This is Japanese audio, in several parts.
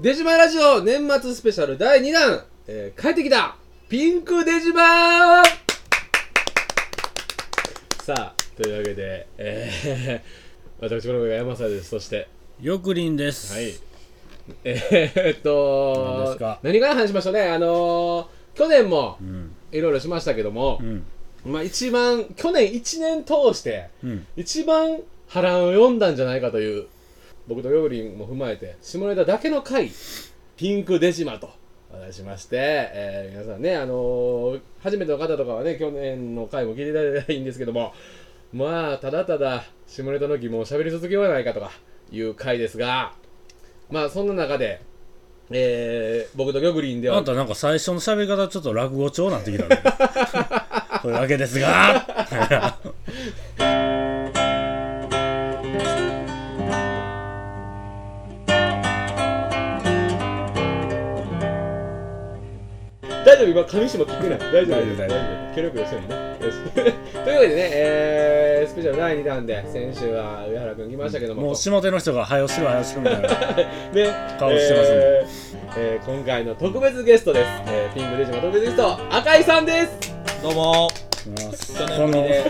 デジマイラジオ年末スペシャル第2弾、えー帰ってきたピンクデジマーさあというわけで、えー私の名が山沢ですそしてよくりんです。はい。えーっと何ですか何から話しましょうねあのー去年もうん。いろいろしましたけどもう、ん。まあ一番去年1年通してうん。一番波乱を読んだんじゃないかという僕とヨグリンも踏まえて下ネタだけの回ピンクデジマと話しまして、えー皆さんね、あのー初めての方とかはね去年の回も聞いていただいたらいいんですけどもまあただただ下ネタの疑問を喋り続けようやないかとかいう回ですがまあそんな中で、えー僕とヨグリンであはんたなんか最初の喋り方ちょっと落語調になってきたね。 というわけですが。大丈夫今上下切ってない大丈夫大丈夫大丈夫協力よしよねよし というわけでね、えー、スペシャル第2弾で先週は上原君来ましたけども、もう下手の人が早押しろ早押しろみたいな。ね顔してますねえーえー今回の特別ゲストです、えー、ピンクレジの特別ゲスト赤井さんですどうも去こ年ぶの、りで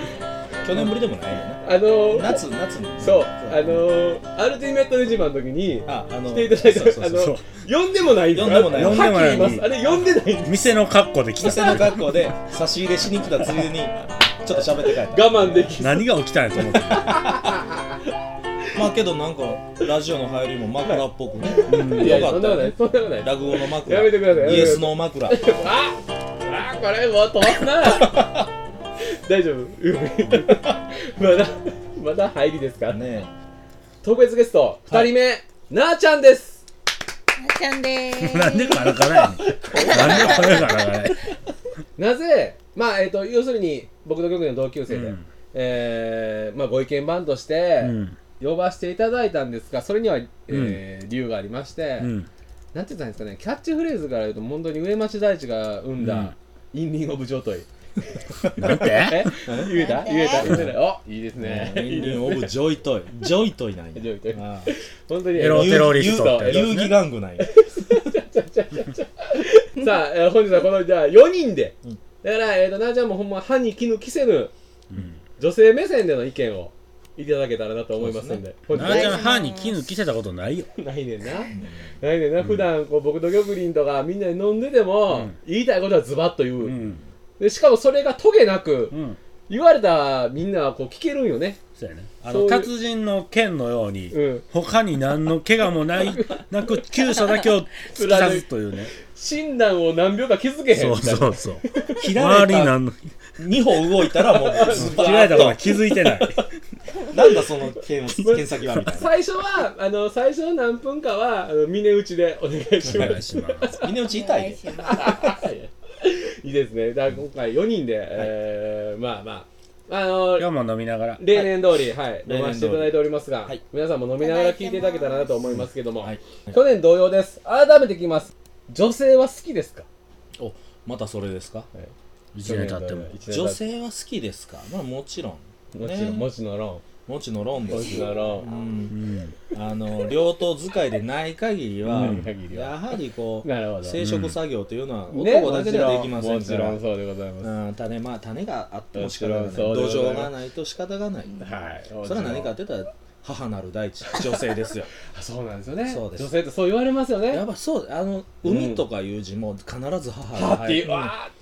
去年ぶりでもないよねあのー、夏夏のそうあのー、アルティメットレジマンの時にああの来ていただいそうたそうあそうの呼んでもない呼んでもないはっきり言いま呼んでもすなあれ呼んでないんです店の格好で来店た。の格好で差し入れしに来たついでにちょっと喋って帰った我慢できず何が起きたんやと思って。まあけどなんかラジオの流行りも枕っぽくねいやよそかんっなことたないねそんなことない落語の枕やめてくださいやめてくださいイエスの枕ああこれもう飛んな 大丈夫 うんまだまだ入りですからねね特別ゲスト2人目、なあちゃんですなちゃんでーす。なんでからかないなんでこれからかないなぜまあえっ、と要するに僕の局の同級生で、うんえーまあ、ご意見番としてうん。呼ばせていただいたんですがそれには、えー理由がありまして、うん。なんて言ったんですかねキャッチフレーズから言うと本当に上町大地が生んだ、インディング・オブ・ジョトイなんてえ言えた言えた言えたおいいですねねインディンオブジョイトイジョイトイなんや ジョイトイああ本当にエ ロテロリストっエロて。遊戯玩具なんやさあ、えー本日はこのじゃあ4人で、うんだから、えー、となあちゃんもほんま歯に衣着せぬ女性目線での意見をいただけたらなと思いますんでう本ん日なあちゃん歯に絹着せたことないよ。ないねんなないねんな普段こう僕と玉林とかみんなで飲んでても、うん言いたいことはズバッと言う、うん。でしかもそれがトゲなくうん。言われたみんなはこう聞けるんよねそうやね。あそういの、う達人の剣のように。うん他に何の怪我もない、なく、急所だけを突き刺すというね。診断を何秒か気づけへんそみうたいなそうそう。切ら周りれにた何の、 2歩動いたらもうズ バ切られーたことはッ気づいてない。となんだその剣剣先はみ たいな最初はあの最初の何分かはあの峰打ちでお願いしおます願いします。峰打ち痛いでお願します いいですね。だから今回4人で、えーまあまあ、あの今日も飲みながら。例年通り、はい、例年通り飲ませていただいておりますが、はい皆さんも飲みながら聞いていただけたらなと思いますけども、はい去年同様です。改めて聞きます。女性は好きですかおまたそれですか一年経っても。女性は好きですかまあもちろんもちろん、ねもちろもちのロンん。でもすちろ。うんんうん。あの両頭使いでない限りは、ない限りはやはりこうなるほど。生殖作業というのはね男だけではできませんもかちら、ろんそうでございます。うん種まあ、種があっても仕方がないもち土ろんそうでございます壌がないと仕方がない、はい。それは何かって言ったら母なる大地女性 ですよあそうなんですよね。そうです女性ってそう言われますよね。やっぱそうあの海とかいう字も必ず母はって入いるう、わー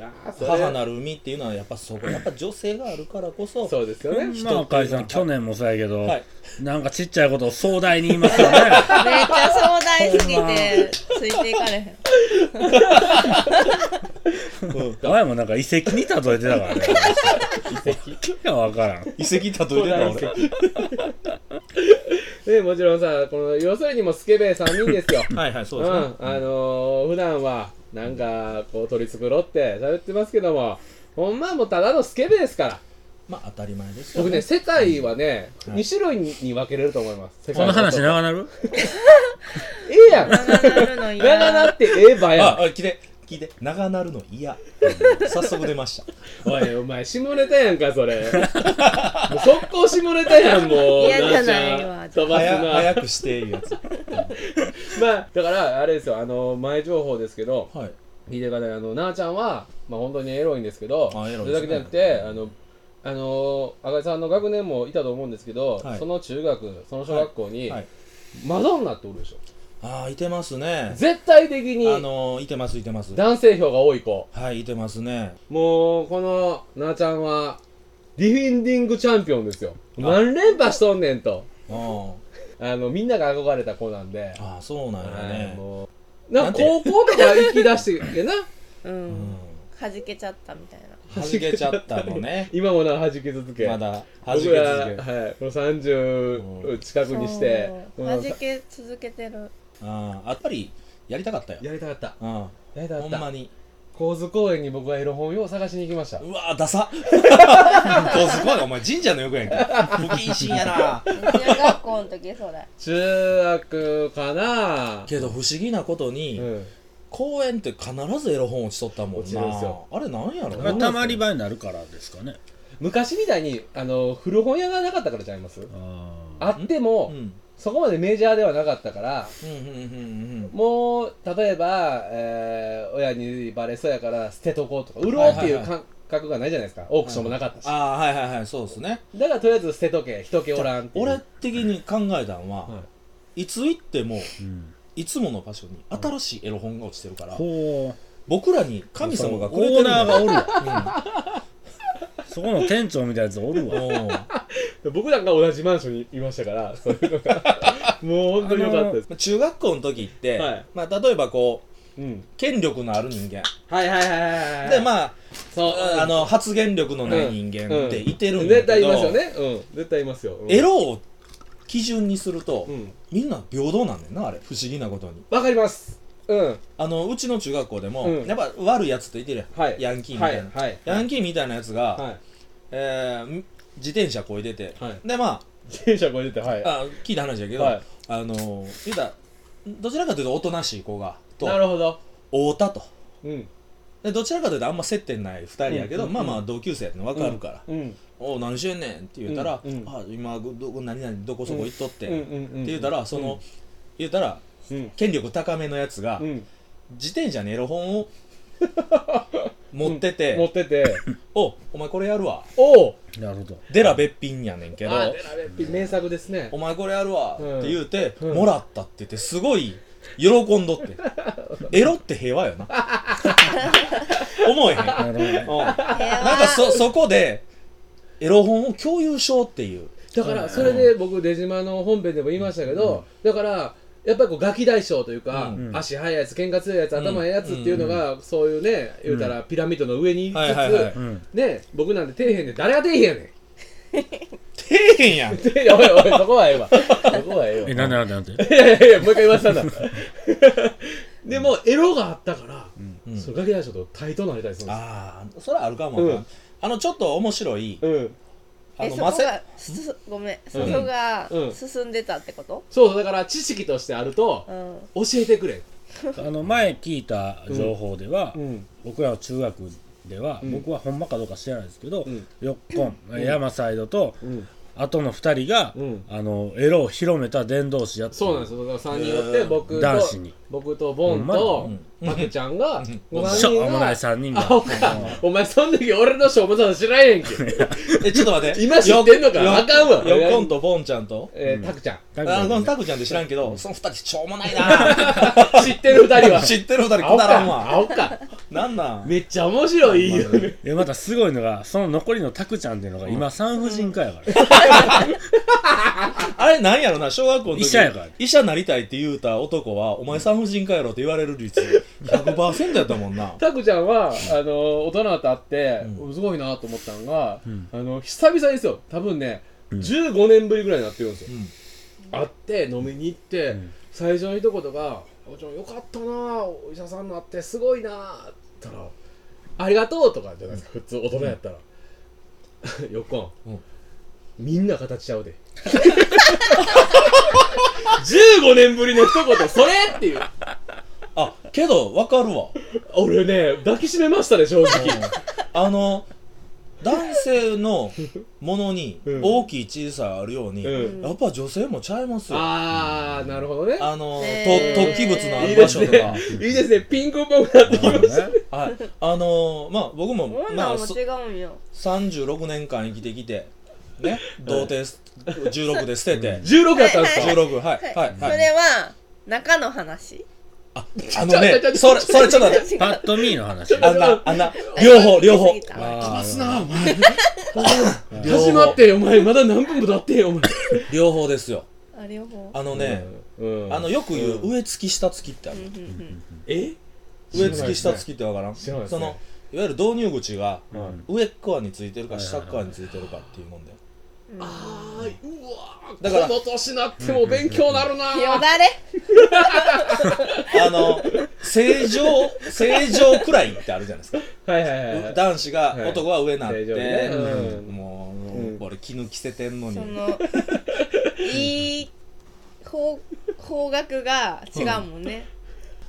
あーそれ母なる海っていうのはやっぱそこやっぱ女性があるからこそそうですよね。まあ、かいさん、去年もそうやけど、はいなんかちっちゃいことを壮大に言います よね。めっちゃ壮大すぎて、ついていかれへん。前もなんか遺跡に例えてたからね。遺跡いや、わからん。遺跡例えてた俺 でもちろんさこの要するにもうスケベ3人ですよはいはい そううですね、んあのー、普段はなんかこう取り繕って喋ってますけどもほんまはもうただのスケベですからまあ当たり前ですよ僕ね世界はね、うん2種類に分けれると思います世こ界の話え長なるえやん長なるの嫌。長なってええばやあんあ来て聞いて長なるの嫌早速出ま したおいお前下ネタやんかそ れもう速攻下ネタやんもう嫌じゃないんわか飛ばす早な早くしていうやつまあだからあれですよあの前情報ですけどはい秀で方あのなあちゃんはまあ本当にエロいんですけどあエロいそですれだけねじゃなくてあのあの赤井さんの学年もいたと思うんですけど、はいその中学その小学校に、はいマドンナっておるでしょああいてますね絶対的にあのー、いてますいてます男性票が多い子はいいてますねもうこのなあちゃんはディフェンディングチャンピオンですよ何連覇しとんねんとあーあのみんなが憧れた子なんで、あーそうなんやはいねもうなんなんかて高校とか行き出してやなううんんはじけちゃったみたいなはじけちゃったのね今もなお弾き続けまだはじ僕けら続けるはい、この30近くにしてそうもうはじけ続けてるあーやっぱりやりたかったよやりたかったうんやりたかほっんまたに神津公園に僕はエロ本を探しに行きましたうわーダ サどうすごいお前神社の横 やんか不謹慎やな中学校の時それ中学かなけど不思議なことに、うん公園って必ずエロ本落ちとったもんな落ちるんすよあれなんやろこれなたまり場になるからですかね昔みたいにあの古本屋がなかったからちゃいますあああってうもんうんそこまでメジャーではなかったからうんうんもう例えば、えー親にバレそうやから捨てとこうとか売ろうっていうはいはい感覚がないじゃないですかオークションもなかったし、ああはいはいはいそうですねだからとりあえず捨てとけ人気おらんっていう俺的に考えたんは、、はいつ行ってもうんいつもの場所に新しいエロ本が落ちてるから、ほ僕らに神様がそくのれてるんだオーナーがうそこの店長みたいなやつおるおるわわ、うんうん僕なんか同じマンションにいましたからそういうのがもう本当に良かったです、まあ中学校の時って、はいまあ、例えばこううん、権力のある人間はいはいはいはいはいでまあそうあの発言力のない人間っていてるんだけ絶ど、対いますよねうん絶対いますよ、うんエロを基準にすると、うんみんな平等なんねんなあれ不思議なことにわかりますうんあのうちの中学校でも、うんやっぱ悪いやつっていてるやん、はいヤンキーみはたいいな、はいヤンキーみたいなやつが、はいえー自転車こいでて、はいでま自転車こいでてはいああ聞いた話やけど、はいあのー言うたらどちらかというとおとなしい子がとなるほど会うたとうんでどちらかというとあんま接点ない2人やけど、うんまあまあ同級生やっての分かるから「うんおお何してんねん」って言うたら「うんうんあ今どこ何々どこそこ行っとって」うんうんっうんてうん言うたらその、言うたらうん権力高めのやつが、うん自転車にエロ 本を持ってて、持って ておお前これやるわおおなるほどデラべっぴんやねんけどあデラベッピ名作ですねお前これやるわうんって言うて、うんもらったって言ってすごい喜んどって エロって平和よな思えへん、なるほどね うん、なん平和かそそこでエロ本を共有しようっていうだからそれで僕出島の本編でも言いましたけど、だからやっぱりこうガキ大将というか、うん足速いやつ喧嘩強いやつうん頭ええやつっていうのが、そういうね言うたらピラミッドの上にいつつ、はいはいはいうんね僕なんて底辺で誰が底辺やねん底辺やん底辺 おいおいそこはえ えわそこはええわえなんでなんでなんでいやいやいやもう一回言わせたんだ でもエロがあったから、うんそうガキ大将と対等になりたいそうですああそれはあるかもな、うんあのちょっと面白いうんあえのそマこセがすすごめんそこがうん進んでたってことそうそうだから知識としてあるとう、ん教えてくれあの前聞いた情報では、ん僕らの中学では、ん僕はほんまかどうか知らないですけど、うんよっこん、山サイドと、うん後の2人が、うんあのエロを広めた伝道師やってそうなんですよ。だから3人おって、うん僕と、男子に僕とボンほとん、またけちゃんが、うんこのし三人ょがうもない3人があお前お前、その時俺のしょうもさ知らんやんけ。えちょっと待って今知ってんのかよあかんわよよっこんとボンちゃんとえー、たくちゃん。だけどねあのタクちゃんって知らんけど、その二人しょうもないな知ってる2人は。知ってる二人く青だらんか。わ青か。なんなんめっちゃ面白いよね。でまたすごいのがその残りのタクちゃんっていうのが今産婦人科やから、 あれなんやろな小学校の時医者やから医者なりたいって言うた男はお前産婦人科やろって言われる率100%やったもんなたくちゃんは、あの、大人と会って、うすごいなと思ったのが、んあの、久々ですよ。多分ね、15年ぶりぐらいになってるんですよ。うん会って飲みに行って、最初の一言が「おちゃんよかったなあお医者さんになってすごいなあ」って言ったら「ありがとう」とかじゃないですか、普通大人やったら 「よっこん、うんみんな形ちゃうで」15年ぶりの一言それっていうあけどわかるわ俺ね抱きしめましたね正直あの男性のものにうん大きい小さいあるように、うんやっぱ女性もちゃいますよあああなるほどねの、へとー突起物のあいいるで場す所とねか、いいですねピンクっぽくなってきました はい、あのまあ僕も、ま女あ、もそ違うんよ。 36年間生きてきてね童貞す16で捨てて16やったんですか16はいはい。はいそはいれは、中の話。ああのねちょちょちょそれそれちょっと待って違うパッと見の話。あんなあんな両方両方行き過ぎたあすーなお前両方始まってんよお前まだ何分も経ってんよお前両方ですよあ、両方。あのね、うんあのよく言う、ん植え付き下付きってあうんる、うんうんえ植え付き下付きってわからん知らないですそねのいわゆる導入口がうん上っ側についてるか下っ側についてるかっていうもんだよあーうわーだからこの年なっても勉強なるなーよだれあの正常正常くらいってあるじゃないですかはいはいは男子が、はい男は上になっ正て、常にねうんもう、うん俺絹着せてんのにその、いい方方角が違うもんね。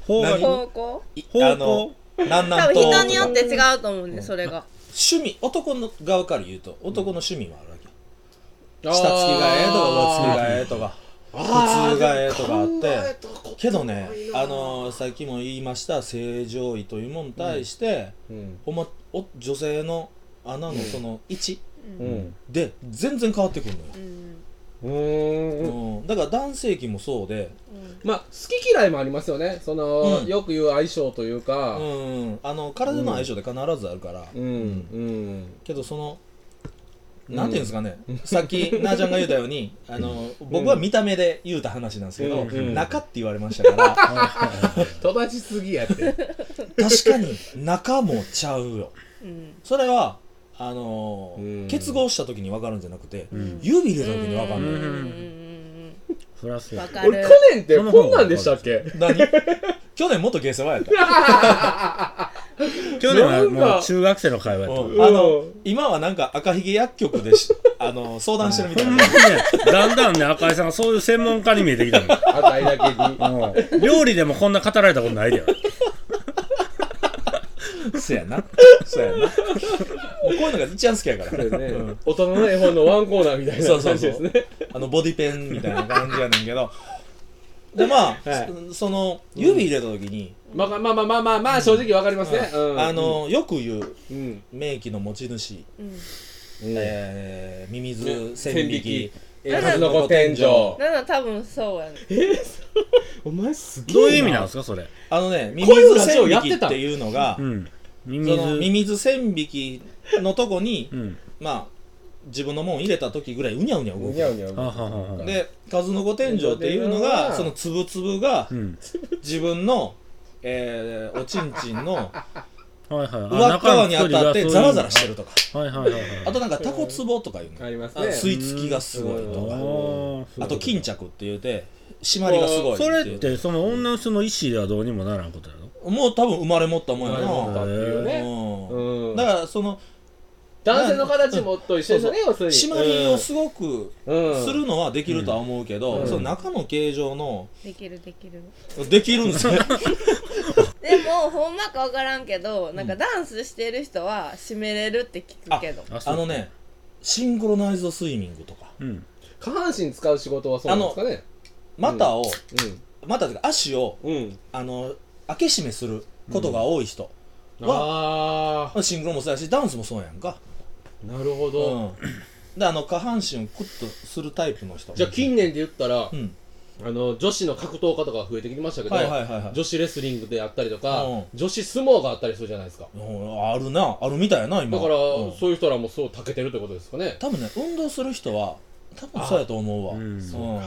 方何角方向い方あの向なんな多ん分と人によっとかて違うと思うんで、それが。趣味男の側から言うと男の趣味もあるわけ、い下付きがええとか上付きえがええとかあー普通がええとかあって考えたことないなけどねあのーさっきも言いました正常位というものに対して、うんほんまお女性の穴のその位置うんで全然変わってくるのようんうーん、うんだから男性器もそうで、うんまあ好き嫌いもありますよねその、うんよく言う相性というかう、ん、あの体の相性で必ずあるから、うんうんけどその、うんなんていうんですかねさっきなあちゃんが言うたようにあの僕は見た目で言うた話なんですけど、うんうん中って言われましたから確飛ばしすぎやって かに中もちゃうようんそれはあのーうん結合した時に分かるんじゃなくて、ん指入れた時に分かうんるうんのよ、うんそりゃそううん。やわか俺る去。年ってこんなんでしたっけ何去年もっとゲーセワやった去年はなんもかう中学生の会話やった。んあの今はなんか赤ひげ薬局でしあの相談してるみたいほんなまにね、だんだんね、赤井さんがそういう専門家に見えてきたの。あたいだけにうん料理でもこんな語られたことないでよ。そうやなそうやなもうこういうのが一番好きやからそうですねうん 大人の絵本のワンコーナーみたいそなうそ感うじそですねう。あの、ボディペンみたいな感じやねん けど。で、まあ、はいそその、指入れた時に、まあまあまあまあまあ、まあ、正直わかりますね、うんあ、の、よく言う、うん名器の持ち主、うんえー、ミミズ、ね千匹、えー、数の子天井なんだ多分そうやね。お前すげえどういう意味なんですか、それ。あのね、ミミこういうズラジ千オやって匹たっていうのがう、ん。ミそミの、ズ。ミミズ千匹のとこにう、ん。まあ、自分のもん入れた時ぐらいうにゃうにゃ動うにゃうく。にゃうははははで、数の子天井っていうのが、その粒々がう、ん。自分の、えー、おちんちんの、はいはい。あ上っ側にあたってザラザラ中の作りがそして。ういるとかうはいはいはいはい。あとなんかタコツボとかいうのありますあね吸い付きがすごいとうんかおーすごいあと巾着って言うて締まりがすごいそれっっていうて、その女の人の意思ではどうにもならんことやろ。もう多分生まれ持ったもんや生まれ持ったっていうなねうんうんだからその男性の形もと一緒ですよね、要するに締まりをすごくうんするのはできるとは思うけうどんその中の形状のできるできる。できるんですねでも、ほんまかわからんけど、なんかダンスしてる人は締めれるって聞くけど。そ あうの。ねシンクロナイズドスイミングとかうん。下半身使う仕事はそうなんですかね股を股というか足をうんうんあの開け閉めすることが多い人はあシンクロもそうやしダンスもそうやんかあなるほど、うん、であの下半身をクッとするタイプの人じゃあ近年で言ったら、うんあの女子の格闘家とか増えてきましたけど、はいはいはいはい女子レスリングであったりとか、うん女子相撲があったりするじゃないですかうんあるなあるみたいやな今だから、うんそういう人らもそうたけてるってことですかね多分ね運動する人は多分そうやと思うわあうんんそうも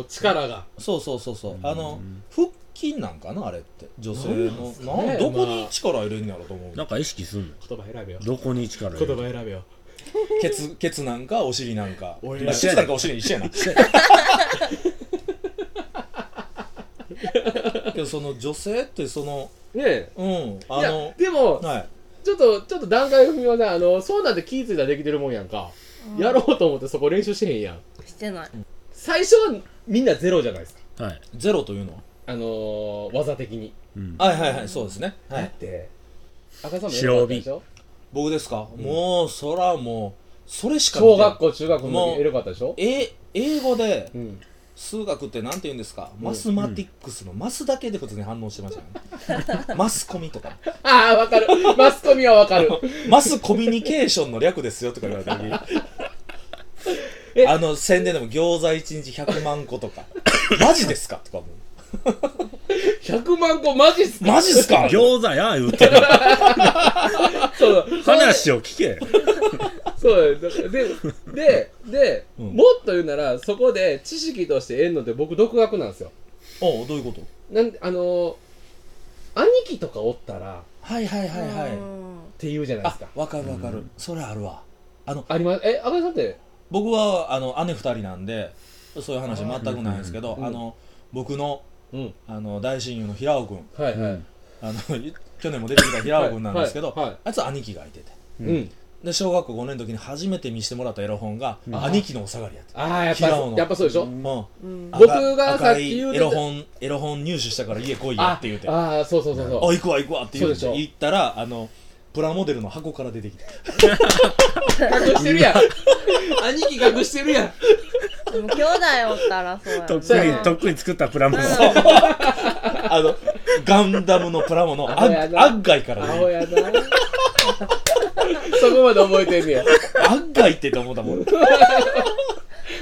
う力がそうそうそうそうあのうん腹筋なんかなあれって女性のなんなんすかねなんどこに力入れるんやろと思う、なんか意識すんの言葉選べよどこに力入れ言る葉選べよケツケツなんかお尻なんか俺まあケツなんかお尻一緒やな けどその女性ってそのねえうんあいやのでもはいちょっとちょっと段階を踏みませんあのそうなんて気ぃ付いたらできてるもんやんか、やろうと思ってそこ練習してへんやんしてない。最初はみんなゼロじゃないですかはい。ゼロというのはあのー、技的にうんはいはいはい、そうですね。はだっい。て赤さんもエロかったでしょ僕ですか、もう、そらもう、それしか見て小学校中学校の時エロかったでしょえ、英語でう、ん数学ってなんて言うんですか、マスマティックスのマスだけで普通に反応してましたよね。 マスコミとか。ああわかるマスコミはわかるマスコミュニケーションの略ですよとか言われた時えあの宣伝でも餃子1日100万個とか マジですかとかも100万個マジっすかマジっすか餃子や言う てる そう話を聞けそうだからででで、うんもっと言うならそこで知識として得るのって僕独学なんですよおうどういうことなんであのー兄貴とかおったらっはいはいはいはういんて言うじゃないであすかわかるわかる、それあるわあのありますえ赤井さんって僕はあの姉2人なんでそういう話全くないんですけど、うんあの僕のうんあの大親友の平尾君はいはい、あの 去年も出てきた平尾君なんですけど、はいはいはいあいつは兄貴がいててうんで小学校5年の時に初めて見せてもらったエロ本が、兄貴のお下がりやってああやっぱ平尾のやっぱそうでしょ、もううん僕がさっ赤きい言うてエたロ本エロ本入手したから家来いよあって言うてあああそうそうそうそう行くわ行くわって言うてそうでしょ言ったらあのプラモデルの箱から出てきて隠してるやん兄貴隠してるやんでも兄弟おったらそうやとっなくにとっくに作ったプラモデルあのガンダムのプラモのあアのやッなアッガイから青ねやなそこまで覚えてんねやアッガイってと思ったもん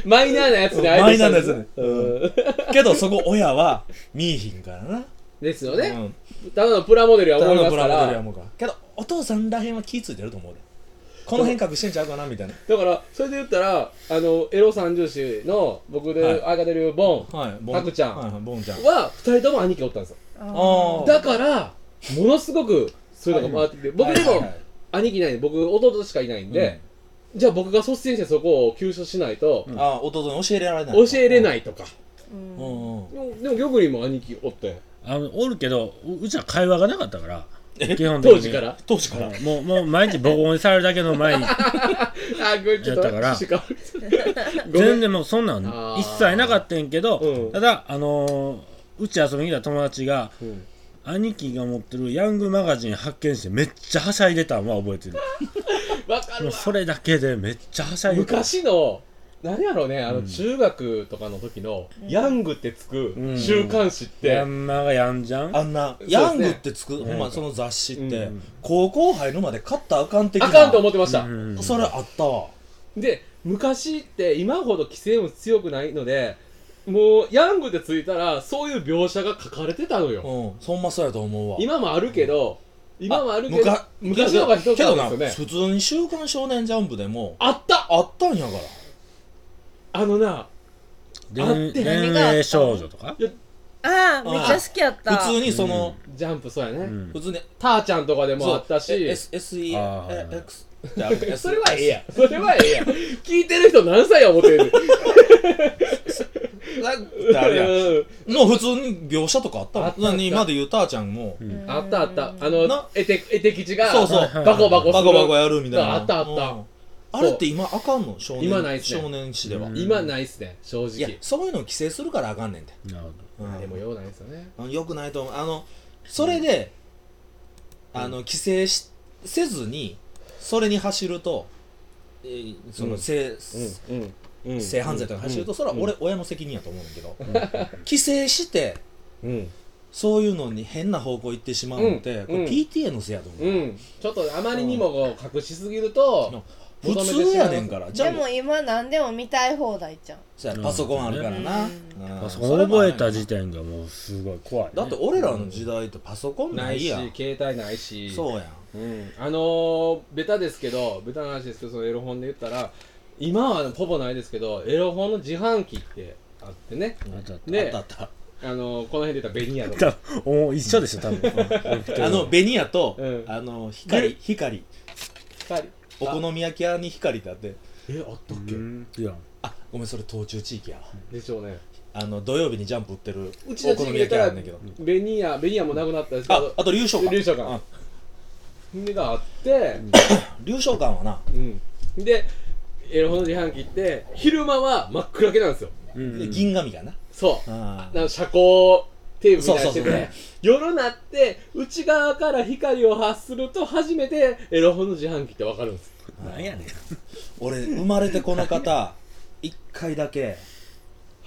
マイナーなやつでマイナーなやつねうんけどそこ親は見えひんからなですようね、んただのプラモデルはた思だいまのすプかラモデルやらもんかけどお父さんらへんは気ぃついてると思うでこの辺隠してんちゃうかなみたいなだからそれで言ったらあのエロ三重士の僕はでい相方で言うボはいボタクちゃんはいはいボンちゃんンは二人とも兄貴がおったんですよあだからものすごくそういうのが回ってきて僕ではいはもい兄貴いないんで僕弟しかいないんはいで、じゃあ僕が率先してそこを急所しないとうんあ弟に教えられない教えれないいとか、うんうんうんでもでも玉林も兄貴おってあのおるけどううちは会話がなかったからえ基本的に当時から当時からうんもうもう毎日ボコボコにされるだけの毎日あこれちょっとやったから趣旨変わる ごめん全然もうそんなんあー一切なかったんやけど、うんただあのーうち遊びに来た友達がうん兄貴が持ってるヤングマガジン発見してめっちゃはしゃいでたんは覚 えてるわかるもわうそれだけでめっちゃはしゃいでた昔の何やろうねあの中学とかの時の「ヤング」ってつくうん週刊誌って、ヤンマがやんじゃんあんな、ですねヤングってつく、ほんまその雑誌って、うん高校入るまで買ったらあかん的な。あかんと思ってました、うんそれあったわ。で昔って今ほど規制も強くないのでもうヤングでついたらそういう描写が書かれてたのよ、うん、そんまそうやと思うわ。今もあるけど今もあるけど昔昔の方がひどけかっどたな、んですよね普通に週刊少年ジャンプでも、あったあったんやから。あのなであって恋愛少女とかああめっちゃ好きやった普通にその、ジャンプそうやね、うん普通に、ターちゃんとかでもそうあったしえ S、S、E、あーはいえ X って あるけど。それはええやんそれはええやん聞いてる人何歳や思 ってるん。なんてあるやん。の普通に描写とかあったあわ。ったあった今で言うたーちゃんも、うんあったあったあのな絵的絵的地がそうそうバコバコするバコバコやるみたいな。あったあったうんあれって今あかんの少年今ないっすね少年誌では。今ないっすね正いや直そういうのを規制するからあかんねんて、なるほどうんでもようないっすよねうんよくないと思うあのそれで、あの規制しせずにそれに走ると、えーその性,、うんうん性犯罪とかに走ると、それは俺、親の責任やと思うんだけど、規制してうんうんそういうのに変な方向行ってしまうのって、うんこれ PTA のせいやと思う、うんちょっとあまりにもこう隠しすぎると普通やねんからじゃであも今何でも見たい放題じゃんそうやパソコンあるからな、うんうんパソコン覚えた時点がもうすごい怖いね、だって俺らの時代ってパソコンなないいしやん携帯ないしそうやうんんあのーベタですけどベタな話ですけどそのエロ本で言ったら今はほぼないですけどエロ本の自販機ってあってねあったあっであったあっあのーこの辺で言ったらベニヤとか た多分お一緒でしょ多分たあのベニヤと、うんあの光光光お好み焼き屋に光ってあってえあったっうけんいやあごめんそれ東中地域やわでしょうねあの土曜日にジャンプ売ってるうちのお好地域みで焼き言った屋あるんだけらどベニヤベニヤもなくなったんですけあどあと龍翔館龍翔館でがあってうん龍翔館はな、うんでエロ本の自販機って昼間は真っ暗けなんですようん銀紙がなそうあなんか遮光手を乱してそうそうそうて夜なって内側から光を発すると初めてエロ本の自販機ってわかるんですなんやねん。俺生まれてこの方一回だけ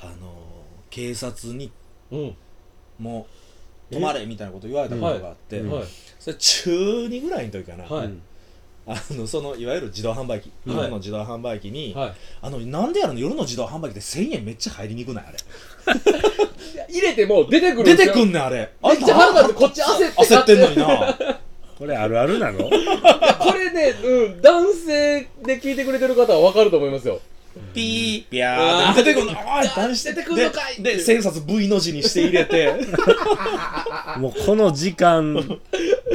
あの警察にうん、もう止まれみたいなこと言われたことがあって、うんはいそれ中2ぐらいの時かな、はい、あのそのいわゆる自動販売機はい夜の自動販売機に、はいあのなんでやろの夜の自動販売機って1000円めっちゃ入りにくないあれ入れても出てくるんで出すてよくんねんあれめっちゃ腹立ってこっち焦って焦ってんの になこれあるあるなのこれね、うん、男性で聞いてくれてる方はわかると思いますよピーピャーって出てくんのあー何して出てくんのかいでで千冊 V の字にして入れてもうこの時間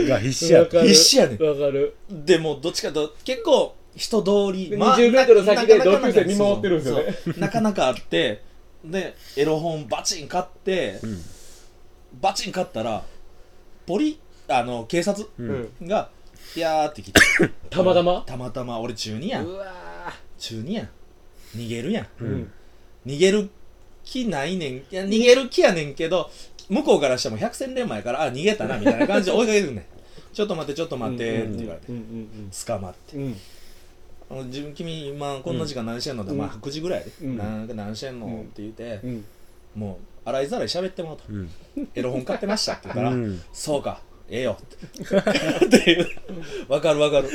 が必死やわった。かる必死やねんわかるでもどっちかと結構人通り、で20メートル先でなかなか同級生見守ってるんですよねそうそうなかなかあってでエロ本バチン買って、んバチン買ったらポリあの警察う、うんん。が「いやー」って来てたまたまたまたま俺中2やんうわ中2やん逃げるやんー、ううんん、逃げる気ないねんいや逃げる気やねんけど向こうからしても百戦錬磨やからあ逃げたなみたいな感じで追いかけてくんねんちょっと待ってちょっと待ってって言われてうんうん捕まってうんうんあの自分君今こんな時間何してんのって、うんまあ9時ぐらいで、うんなんか何してんの、うんって言ってう、んもう洗いざらい喋ってもうと、うん。エロ本買ってましたって言ったうら、ん。そうかええよって っていうわかるわかる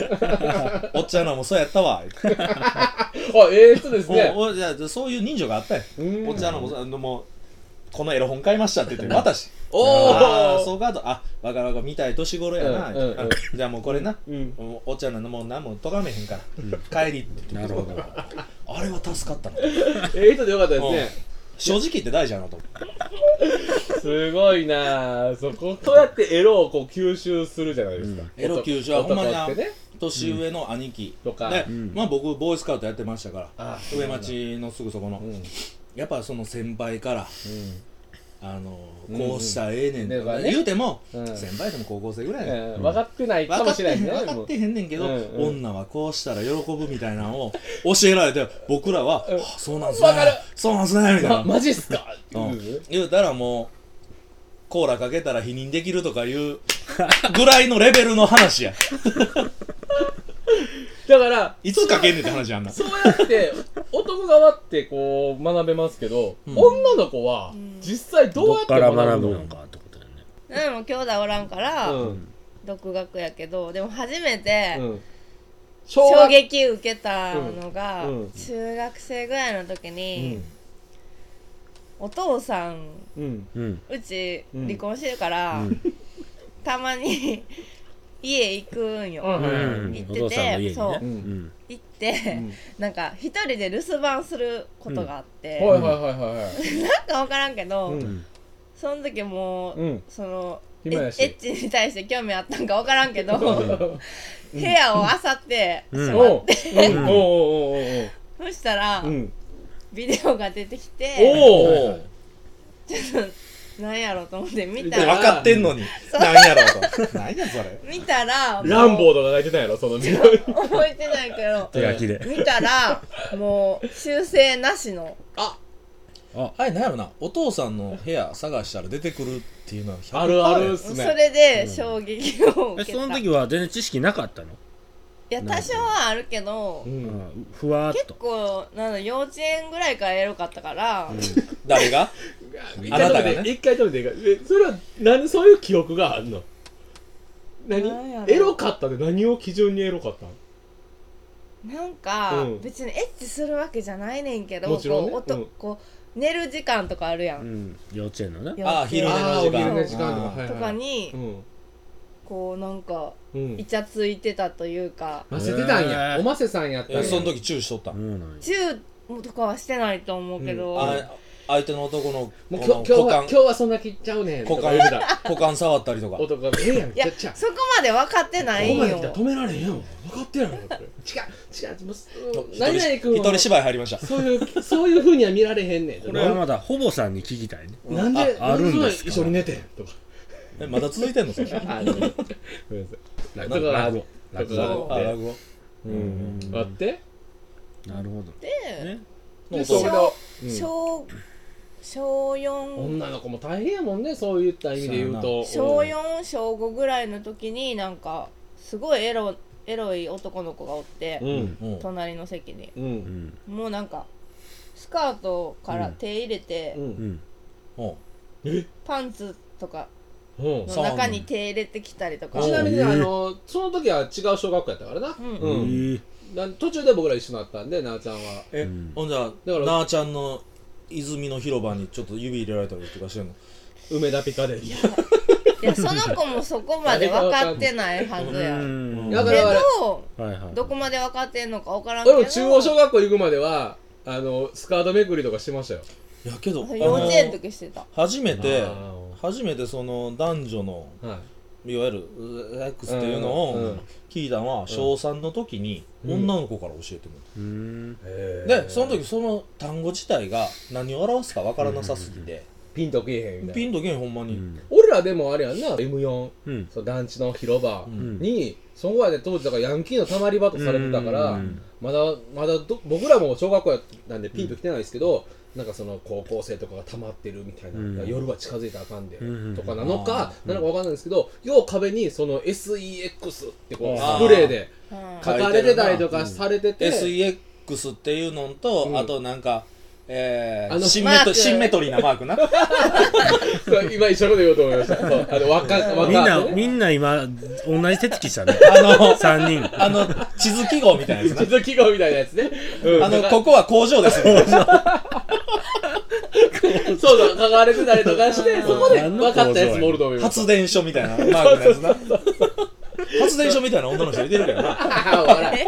おっちゃんらもそうやったわ言ってあええ人ですねおおいやそういう人情があったやん、うんおっちゃんらもそうあのもうこのエロ本買いましたって言って渡しおああそおうかとあわかるわかるみたい年頃やな、うんうんうんじゃあもうこれな、うんもうおっちゃんらのもう何も咎めへんから、帰りって言なってるほどあれは助かったのええ人でよかったですね正直言って大事やなと思ってすごいなあそこそうやってエロをこう吸収するじゃないですか、うんエロ吸収はほんまにな男ってね年上の兄貴、とかで、うんまあ僕ボーイスカウトやってましたからあ上町のすぐそこの、うんうんやっぱその先輩からあのうんこうしたらええねんとだかからね言うても、うん先輩でも高校生ぐらいやねん、えー分かってないかも分かっしてれなへいんね分かってへんねんけうど、んうん女はこうしたら喜ぶみたいなのを教えられて僕らは、うんあそうなんすねわかるそうなんすねみたいな、ま、マジっすか、うんうん言うたらもうコーラかけたら否認できるとかいうぐらいのレベルの話やだからいつかけんねんって話やんなそうやって男側ってこう学べますけど、うん女の子は実際どうどやっってから学ぶののかってことだよね。でも兄弟おらんから、うん独学やけどでも初めて、うん小衝学撃受けたのが、うんうん中学生ぐらいの時うにん、お父さんうんうん。うちうん離婚してるから、うんたまに 家行くんよ、うんうん。お父さんの家にそうね。ううんん。行って、なんか一人で留守番することがあって、はいはいはいはいはいなんか分からんけど、うんうん。その時もう、うんそのエ暇やッしエッチに対して興味あったんか分からんけど おう部屋を漁って、うんおううんおうおうおうおうそしたら、うんビデオが出てきておううなんやろうと思って見見たたらら分かってんのに何やろうと何やそれ見たらランボーもとか書いてたんやろその見う覚えてないけど手書きで。見たらもう修正なしのああれ何やろなお父さんの部屋探したら出てくるっていうのは100%あるあるっやすそねれで衝撃をえ、受けたそのい時は全然知識なかったのや多少はあるけどうんあふわーっ結と。構なんだ幼稚園ぐらいからエロかったから誰が一あ回な止たがめてね一回止めていいかえそれは何そういう記憶があるのなんやろ何エロかったで何を基準にエロかったのなんかうん別にエッチするわけじゃないねんけどもちろんねこううん男こう寝る時間とかあるやうんん。幼稚園のね。幼稚園あーあーお昼寝の時間昼寝時間とかあはーいはいとかにうんこうなんかうんイチャついてたというかませてたんや、へーおませさんやったんえやその時注意しとった、うんなんやチューとかはしてないと思うけど、あ相手の男のもうこ今の日今日股は今間日はそんな切っちゃうねんと股か言って間た股間触ったりとか男が「ええやんいや切っちゃう」そこまで分かってないんここまでよ来たら止められへんやん分かってるやんこれ違う違うもううん何々一君人は芝居入りましたそういうそういうふうには見られへんねんこれはまだほぼさんに聞きたいね。なんでああるんでなすかん一緒に寝てんとかえまだ続い てんのそれあごめんなさいごめんなさいとなか落語と落か語ああって落語うんあってなるほど。でね。でそうそれで小小4女の子も大変やもんねそういった意味で言うと小4小5ぐらいの時になんかすごいエロエロい男の子がおって、うんうん隣の席にうんううんんもうなんかスカートから手入れて、ううんんうんパンツとかうんの中に手入れてきたりとかちなみにあえーのその時は違う小学校やったからなうんえうんーな途中で僕ら一緒になったんでなあちゃんはえ、うんほんじゃだからなあちゃんの泉の広場にちょっと指入れられたりとかしてんの梅田ピカデリーいやその子もそこまで分かってないはずやうんだかけらどはいはいどこまで分かってんのか分からんけど俺も中央小学校行くまではあのスカートめくりとかしてましたよいやけどあの幼稚園の時してた初めてあー初めてその男女のはいわゆるう X っていうのうんうをん聞いたのは小3の時にうん女の子から教えてもうんいらってでその時その単語自体が何を表すかわからなさすぎてピンとけえへんみたいピなンとけんほんまうにん俺らでもあれやんな M4 うんその団地の広場うんに、そこまで当時だからヤンキーのたまり場とされてたから、うんまだまだど僕らも小学校やなんでピンと来てないですけど、なんかその高校生とかがたまってるみたいな、うん夜は近づいたらあかんで、うんとかなのか、うんなのかわかんないですけど、よう壁にその SEX ってこうあースプレーでうん書かれてたりとか書いてるなされてて、 SEX っていうのと、うんあとなんか、えーあのシンメマートクシンメトリーなマークなあ 今一緒のこと言おうと思いました。そうあの若若みんなねみんな今同じ手つきした ねの三人あの地図記号みたいなやつ地図記号みたいなやつね。うん、なあのここは工場ですみたいなそうそう、書かれてたりとかして、そこで何分のかったやつもおると思います。発電所みたいなマークのやつな発電所みたいな女の人いてるけどなあ笑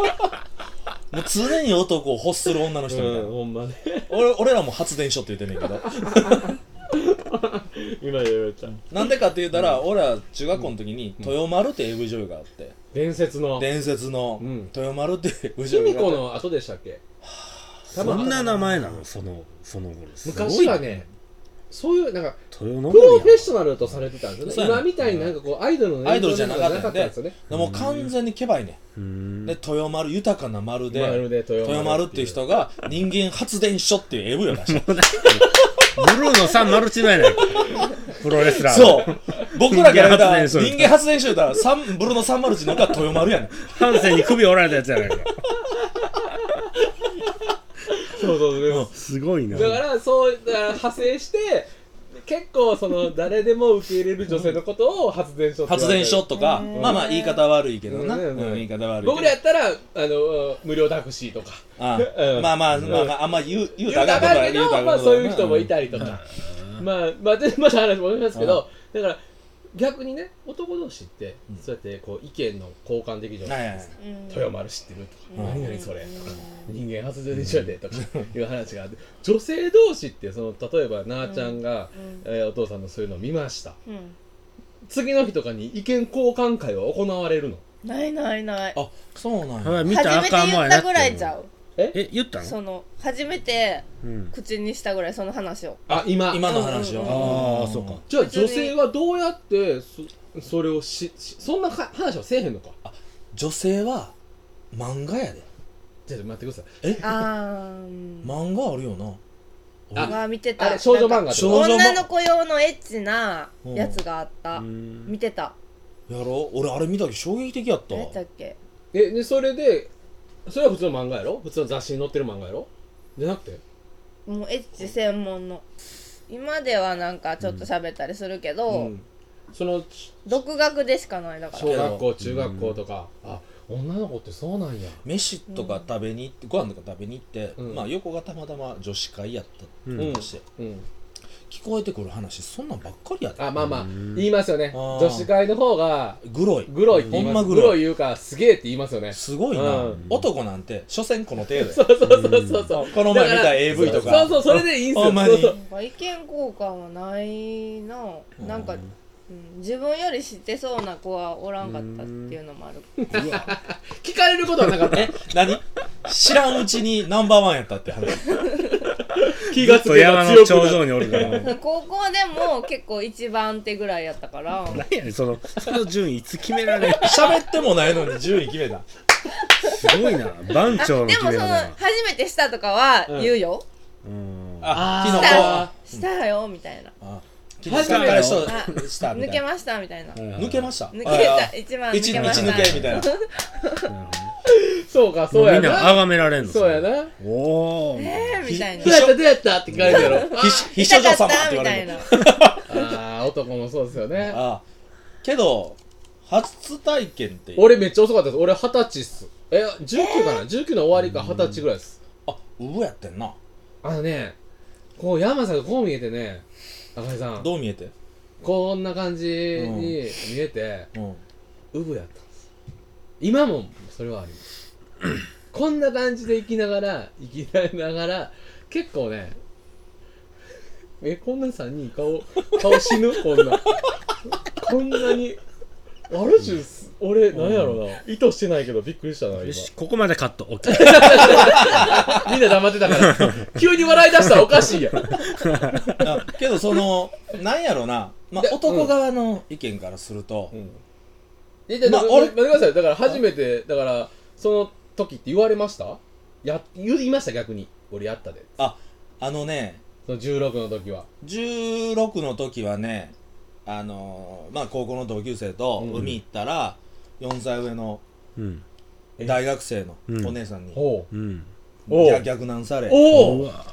もう常に男を欲する女のう人みたいな、ほんまね。俺俺らも発電所って言ってんねんけど今言われた。なんでかって言ったら、俺ら中学校の時に豊丸って AV 女優があって伝説の。伝説のうん豊丸って AV 卑女弥優があ呼っての後でしたっけ多そ分んな名前なのそのその頃すごい昔はね、そういう、なんか、豊ノプロフェッショョナルとされてたんですそうよね。今やねみたいになんかこう、アイドルのアイドルじゃなかったんんでですよね。でもう完全にケバいね、ナで豊丸豊かな丸でまるで豊豊丸っていう人が人間発電所っていう AV を 出しブルーの3マルチないねプロレスラたーそう僕らから見たら人間発電所人間発電所言うたらサンブルの三マルチのが豊丸や ねんハンセンに首折られたやつやないかそうそうそう。すごいなだからそうだから派生して結構その誰でも受け入れる女性のことを発電所って言発われて電る所とかうんまあまあ言い方悪いけどな、うんうん言い方悪いけど僕らやったらあの無料タクシーとかあうんまあまあまあまああんま言う言言ううたたららああかかんとんけか言うたらど、あまかあ、んとかそういう人もいたりとか、まあ、まあ、全然また話戻りますけど、だから逆にね男同士って、うんそうやってこう意見の交換できるじゃはないいはいはいうん豊丸知ってるとか、う何ん々それとか、人間発電所やでとかいう話があって女性同士ってその例えばなあちゃんが、うんえーお父さんのそういうのを見ましたうん次の日とかに意見交換会は行われるのないないないあそうなんやあ見初たらあめてかんもん言やなったってぐらいちゃうえ言ったのその初めてうん口にしたぐらいその話をあ今今の話をうんああそうかじゃあ女性はどうやってそそれをししそんなか話はせえへんのか女性は漫画やでちょっと待ってくださいあー漫画あるよなあうわ見てあたれ少女漫画なんかって少こ女漫画女の子用のエッチなやつがあったうん見てたやろ俺あれ見たけど衝撃的やった何やったっけとえでそれでそれは普通の漫画やろ普通の雑誌に載ってる漫画やろじゃなくてもうエッチ専門の今ではなんかちょっと喋ったりするけど、うんそのち独学でしかないだか小ら学校中学校とか、あ女の子ってそうなんや飯とか食べに行ってご飯とか食べに行って、うんまあ横がたまたま女子会やったうんうんとして、うん聞こえてくる話そんなんばっかりやであまあまあうん言いますよねあー女子会の方がグロいグロいって言いほまんますググロいロい言うかすげえって言いますよねすごいな、うん男なんて所詮この程度やそうそうそうそうそうこの前見た AV とかそうそうそれでいいんすよほんまにそうそうなんか意見交換はないなうんなんか、うん自分より知ってそうな子はおらんかったっていうのもあるうわ聞かれることはなかったえ何知らんうちにナンバーワンやったって話気ずっと山の頂な上におるから何 高校でも結構一番手ぐらいやっ たからやねんそのその順位いつ決められる喋ってもないのに順位決めたすごいな番あ長ので決もそめのだな初めてしたとかは言うよ、うんああー昨し日たあしたよみたいな昨日下から人あしたみた抜いけなましたみたいなはいはいはい抜けました抜けあたあ一番一抜けま日した抜けみ たいなそうかもそううみやんなな崇められんのそうやなおおえーみたいなどうやったどうやったって聞かれるや ろ必死必勝痛女様かっってた言みわたれいるなああ男もそうですよねああけど初体験って俺めっちゃ遅かったです俺二十歳っすえ19かな19の終わりか二十歳ぐらいですあ上やってんなあのね、こう山さんがこう見えてね、赤井さん、どう見えてこんな感じに見えて、うんうぶやったんです。今もそれはあります。こんな感じで生きながら、生きながら、結構ね、え、こんな3人顔、顔死ぬこんな。こんなに。ある種、俺、なんやろな。意図してないけどびっくりしたな、今よ。しここまでカット OK みんな黙ってたから、急に笑い出したらおかしいやん。あけど そのなんやろな、まあで、男側の意見からすると、え、で、まあま、俺待ってください。だから、初めて、だから、その時って言われましたや、言いました、逆に。俺やったで。あのねその16の時は。 16の時はねあのーまあ高校の同級生とうん海行ったら、4歳上のうんえ大学生のうんお姉さんに、ほう。うんおう逆逆難されおうおわ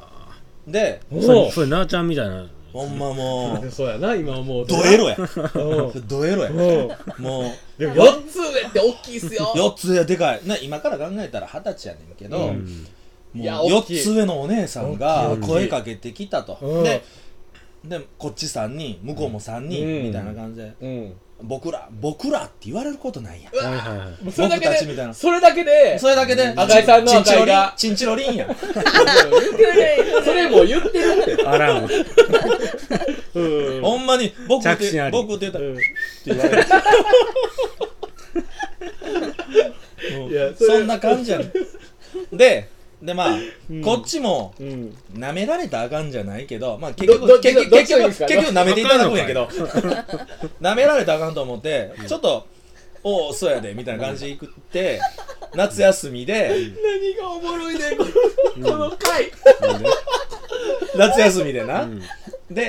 でそおれそれなあちゃんみたいなほんまも うそうやな、今思うと。ド エロやうん。ドエロ やうん。もでも、4つ上って大きいっすよ。う4つやでかいな今から考えたら二十歳やねんけど、うんいやもう大きい4つ上のお姉さんが大きい大きい声かけてきたと、うんででこっち3人向こうも3人、うんみたいな感じでうん。僕ら僕らって言われることないやんうはいわはいはいもうそれだけ僕たちみたいで、なそれだけで、それだけで赤井さんのチンチ赤ロ井リンがチンチロリンやん古いそれもう言ってるって。あらんうんほんまに僕っ着信あてり僕って言ったらっうんて言われるうんいやそれそんな感じやね んででまあ、んこっちもうん。舐められたらあかんじゃないけど、まあ、結ど局結局どっちがいい結局ですか結局舐めていただくんやけど舐められたらあかんと思ってちょっと「おおそうやで」みたいな感じで行くって夏休みで何がおもろいねん、この、この回。夏休みでな、んで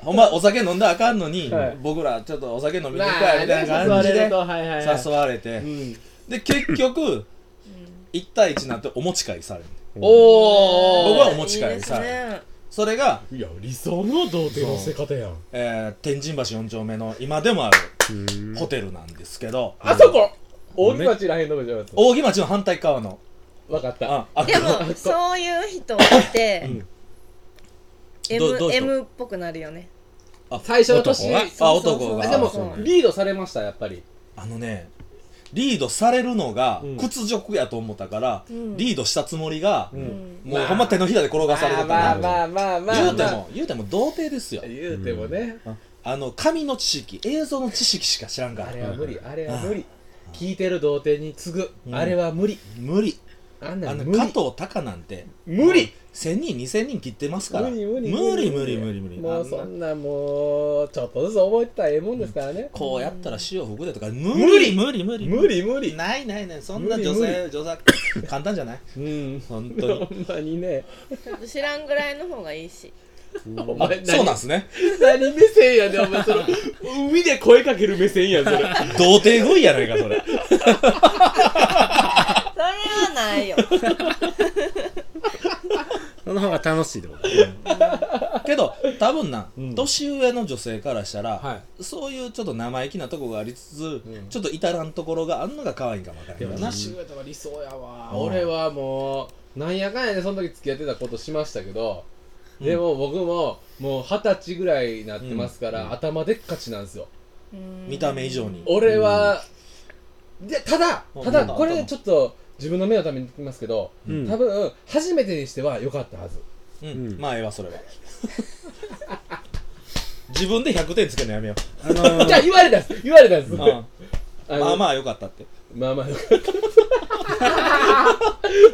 ほんまお酒飲んだらあかんのに、はい僕らちょっとお酒飲みに行まくあかみたいな感じ誘わでれるとはいはいはい誘われてうん。で結局1対1になってお持ち帰りされるおー。僕はお持ち帰いいりですさねそれが、いや、理想の童貞の捨て方やん。えー天神橋4丁目の今でもあるホテルなんですけど、あそこ大木町らへんのじゃないですか。扇町の反対側の、わかった。あ、あでもそういう人ってん M, どどういう人 M っぽくなるよねあ最初の年男があ、そうそうそう男が。あでもそうなんやリードされました、やっぱり。あのね、リードされるのがうん屈辱やと思ったから、うんリードしたつもりが、んもうまあほんま手のひらで転がされてたまあなまあまあまあ。言うても、言うても童貞ですよ。言うてもね。あの、紙の知識、映像の知識しか知らんかあれら。は無理、あれは無理。聞いてる童貞に次ぐ。うんあれは無理。無理。あんなあんの、無加理。藤隆なんて、無理 !1000 人、2000人切ってますから。無理無理無理無理無理無理もあうんなそんなもう、ちょっとずつ覚えてたらええもんですからね。こうやったら潮吹くでとか、無無理理無理無理。無理無理。ないないない、そんな無理女無理性、女性、簡単じゃないうん。本ほ んま当に。にね。ちょっと知らんぐらいの方がいいしお前何そうなんすね。何目線やねんお前その海で声かける目線やんそれ童貞語彙やないか、 それ。それはないよその方が楽しいってことけど、多分なうん、年上の女性からしたはらい、そういうちょっと生意気なとこがありつつん、ちょっと至らんところがあんのが可愛いかもわからでんもけどなな。しぐとか理想やわうん俺はもうなんやかんやでその時付き合ってたことしましたけどでも僕ももう二十歳ぐらいになってますから、頭でっかちなんですようん見た目以上に。俺は、でただうんただうんこれちょっと自分の目のために言ってますけど、うん多分初めてにしては良かったはずううんん。まあ、ええわ、それは。 自分で100点つけるのやめよう。あのじゃあ言われたんです言われたんです、うんあのまあまあ、よかったって。まあまあ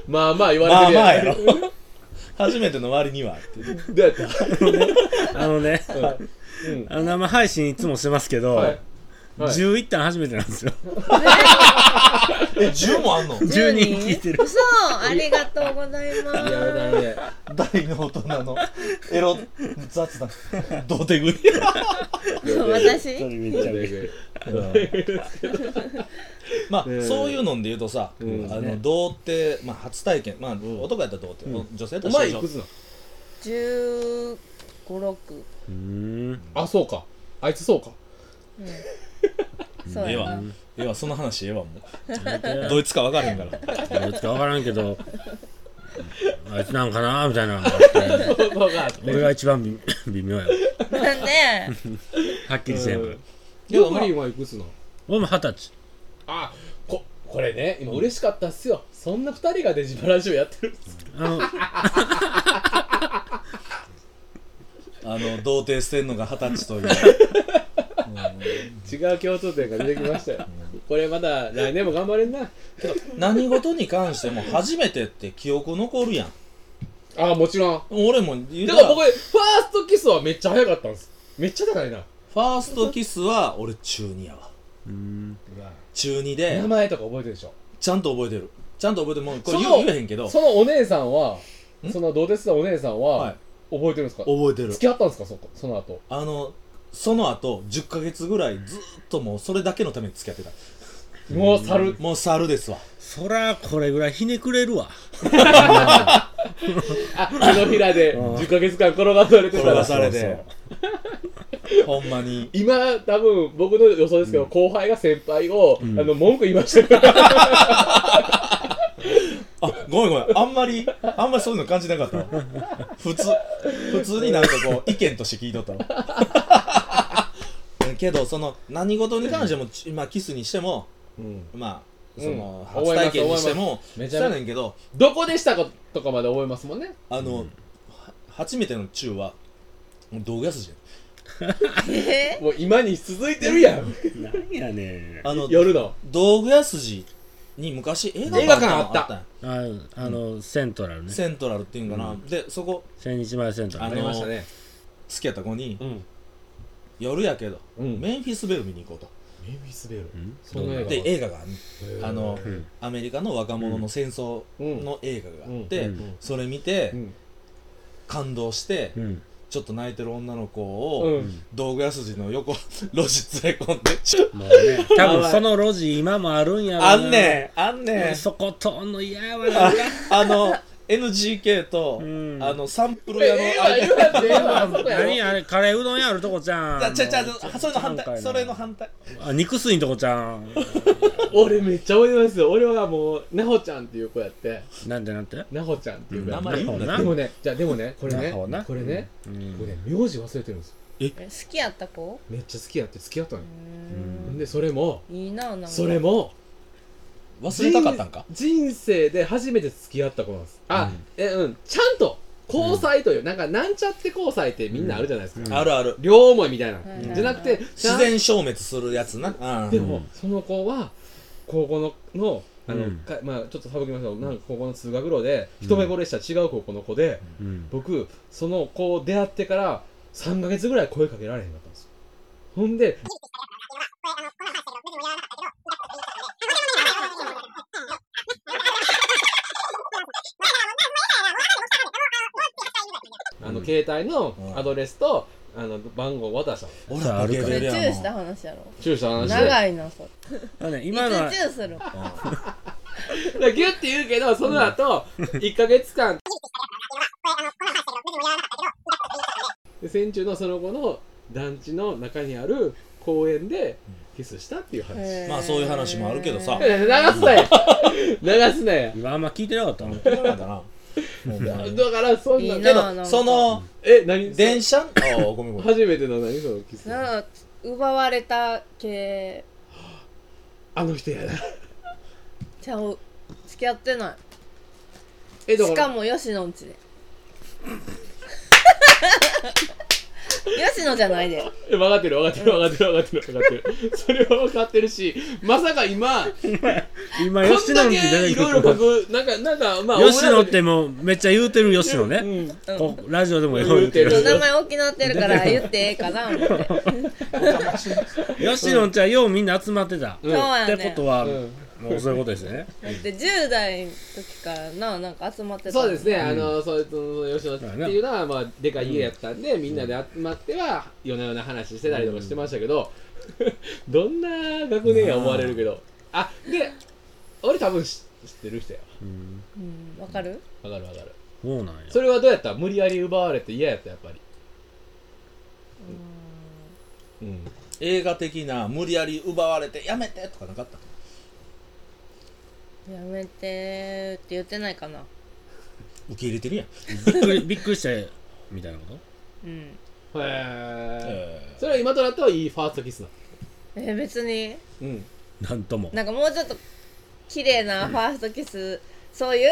まあまあ言われてるまあまあんやろ。 初めての割にはっていう。どうやったあのねうんあの生配信いつもしてますけど、はいはい11点初めてなんですよ。え10もあんの10人聞いてる。嘘ありがとうございまいやすだね 大の大人のエロ雑 談どうでぐいそれ私めっちゃ見るまあ、えーそういうので言うとさ、うんあねの童貞、まあ、初体験、まあ、ん男やったら童貞、女性やったおら前少い女くつなの1 5六。うーん。あそうかあいつそうか6そうええやわなええわその話ええわもうどどいつか分からへんから いつか分からんけど、あいつなんかなみたいなのがあってそう か俺が一番微 微妙やわ。なんではっきりせんわ。ヨグリンはいくつなの俺も二十歳。あここれね今嬉しかったっすよそんな二人がデジマラジオやってるんですあの、あの童貞捨てんのが二十歳という、 違う共通点が出てきましたよこれまだ来年も頑張れんなけど何事に関しても初めてって記憶残るやんあもちろん俺も言でうたもら僕ファーストキスはめっちゃ早かったんですめっちゃ高いなファーストキスは俺中2やわうーん。中2で名前とか覚えてるでしょちゃんと覚えてるちゃんと覚えてるもうこそれの言う言えへんけどそのお姉さんはんその同徹したお姉さんははい覚えてるんですか覚えてる付き合ったんですかそこその後あのその後10ヶ月ぐらいずーっともうそれだけのために付き合ってたもう猿もう猿ですわそら、これぐらいひねくれるわ。あ手のひらで10ヶ月間転がされてた転がらされてほんまに今多分僕の予想ですけど、後輩が先輩を、あの文句言いましたから あごめんごめんあんまりあんまりそういうの感じなかったわ普通普通になんかこう意見として聞いとったわ けどその何事に関しても今キスにしてもまあそのうん初体験にしても覚えます覚えますめちゃめそちゃうやねんけどどこでしたかとかまで覚えますもんねあの、は初めての中はもう道具屋筋やえもう今に続いてるやんなんやねん。あの夜の道具屋筋に昔映画映画館ああっったたんやああの、セントラルね。セントラルっていうんかな、でそこ千日前セントラあルあね。りのましたね付き合った子に、ん夜やけど、うんメンフィスベル見に行こうとメイビスベルんそんな映画で映画があんねんへーあの、んアメリカの若者の戦争の映画があって、うんうんそれ見て、うん感動して、うん。ちょっと泣いてる女の子うを、ん道具屋筋の横 路地連れ込んでちょもうね、多分その路地今もあるんやろな。あんねんあんねんそこ通んの嫌やわな。ああの NGK と、うんあのサンプルえ屋えのわあえれえわええわそこやろ何あれカレーうどんやあるとこじゃんちゃちゃもうそれの反ちゃうんかい対なそれの反対あ肉吸いんとこじゃん俺めっちゃ覚えてますよ俺はもうなほちゃんっていう子やってなんてなんてなほちゃんっていう子や名って前言うなでもねじゃあでもねこれなほねなこれねうん僕ね名字忘れてるんですよ好きやった子めっちゃ好きやって付き合ったのよううんんでそれもいいななんかそれも忘れたかったんか人人生で初めて付き合った子なんですあ、うんえうんちゃんと交際という、なんかなんちゃって交際ってみんなあるじゃないですか、うんあるある両思いみたいな、はいはいじゃなくて自然消滅するやつな、うん、でも、その子は高校ののあの、うんかまあちょっと省きましたけどなんか高校の通学路で一目惚れした違う高校の子で、うん僕その子出会ってから3ヶ月ぐらい声かけられへんかったんですよほんであのうん携帯のうんアドレスと、あの番号を渡したの俺らそそれれチやューしんた話やろ注射の話で長いなそれあのねい今のはつチューするだからギュッて言うけどその後1ヶ月 間で先中のその後の団地の中にある公園でキスしたっていう話へいーまあそういう話もあるけどさやいや流すなよ 流すなよ今あんま聞いてなかったのうんだ からなもうまあだからそんないいけなどあなんかそのえ何電車ああごめんごめん初めての何そのキスなんか奪われた系あの人やなちゃう付き合ってなえいし かもも吉野んちで吉野じゃないで分かってる分かってる分かってる分かってる分かってるそれは分かってるしまさか今今こ吉んだ野けに出いてくろいろる僕なんかなんかまあ吉野ってもうめっちゃ言うてる吉野うね、んこうラジオでもよう言うて言うるて名前大きなってるから言ってええかな思って吉野ちゃんようみんな集まってた、うそうやってねことは、うんもうそういうことですよねだって10代の時からななんか集まってたそうですね、あのそうその吉野っていうのは、まあ、でかい家やったんで、みんなで集まっては夜な夜な話してたりとかしてましたけ ど、どんな学年や思われるけど、あで俺多分知知ってる人やうんわかるわかるわかるそうなんやそれはどうやった無理やり奪われて嫌やったやっぱりうん映画的な無理やり奪われてやめてとかなかったやめてって言ってないかな受け入れてるやん、びっくりびっくりしてみたいなことうんへええそれは今となってはいいファーストキスなのえ別にうんなんとも、なんかもうちょっと綺麗なファーストキスそういう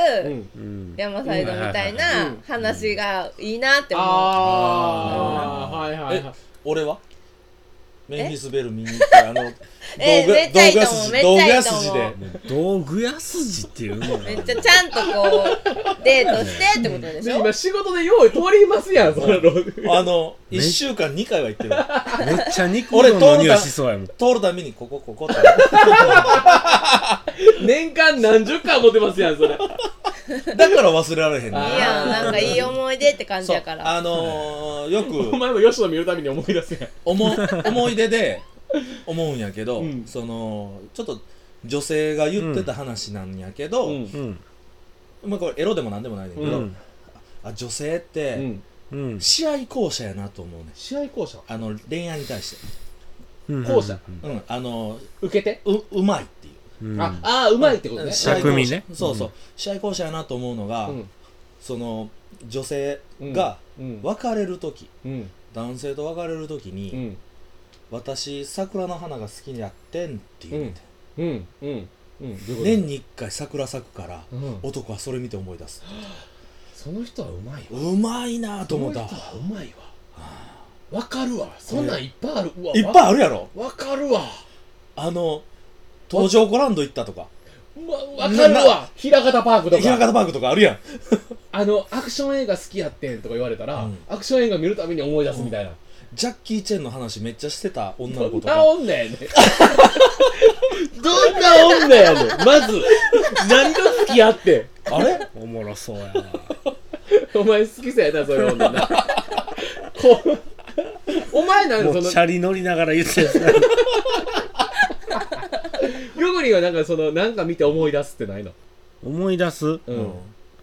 うんうん、山サイドみたいなうん話がいいなって思うああはいはいはい俺はメンフィスベル見に行って あの道えめっちゃいいと思うめっち道具ゃい屋いと思う筋で道具屋筋っていうのはめっちゃちゃんとこうデートしてってことでしでょ今仕事でよう通りますやんそのローあ の1週間2回は行ってるめっちゃ肉うどんの匂いしそうやもん通るためにこここ こってド 年間何十回持ってますやんそれだから忘れられへんあいーいやんなんかいい思い出って感じそやうからあのー、よおく前も吉野見るために思い出すやん思思い出で思うんやけど、うんそのちょっと女性が言ってた話なんやけど、うんまあ、これエロでもなんでもないねんだけうど、んあ女性って、うんうん試合校舎やなと思うねん試合校舎あの恋愛に対して、うん後者うん、あの受けてううまいっていううんああーうまいってことね試合尺巧匠者ねそうそう、試合校舎やなと思うのが、うんその女性がうん別れる時、うん男性と別れる時に、うん私桜の花が好きにやってんって言って、うんうんうんどういうこと年に1回桜咲くから、うん男はそれ見て思い出すその人はうまいわうまいなそと思のっ人たはうまいわわかるわそんなんいっぱいあるうわいっぱいいあるやろわかるわあの東上コランド行ったとかうわわかるわ平方パークと平か方パークとかあるやんあのアクション映画好きやってんとか言われたら、うんアクション映画見るたびに思い出すみたいな、ジャッキー・チェンの話めっちゃしてた女のど子んとかな女やねんどんな女やねんまず何と付き合ってあれおもろそうやなんお前好きそうやなそういう女なこうお前なんもかそうのチャリ乗りながら言ってたやヨグリはなんかそのなんか見て思い出すってないの、つ思い出すううんん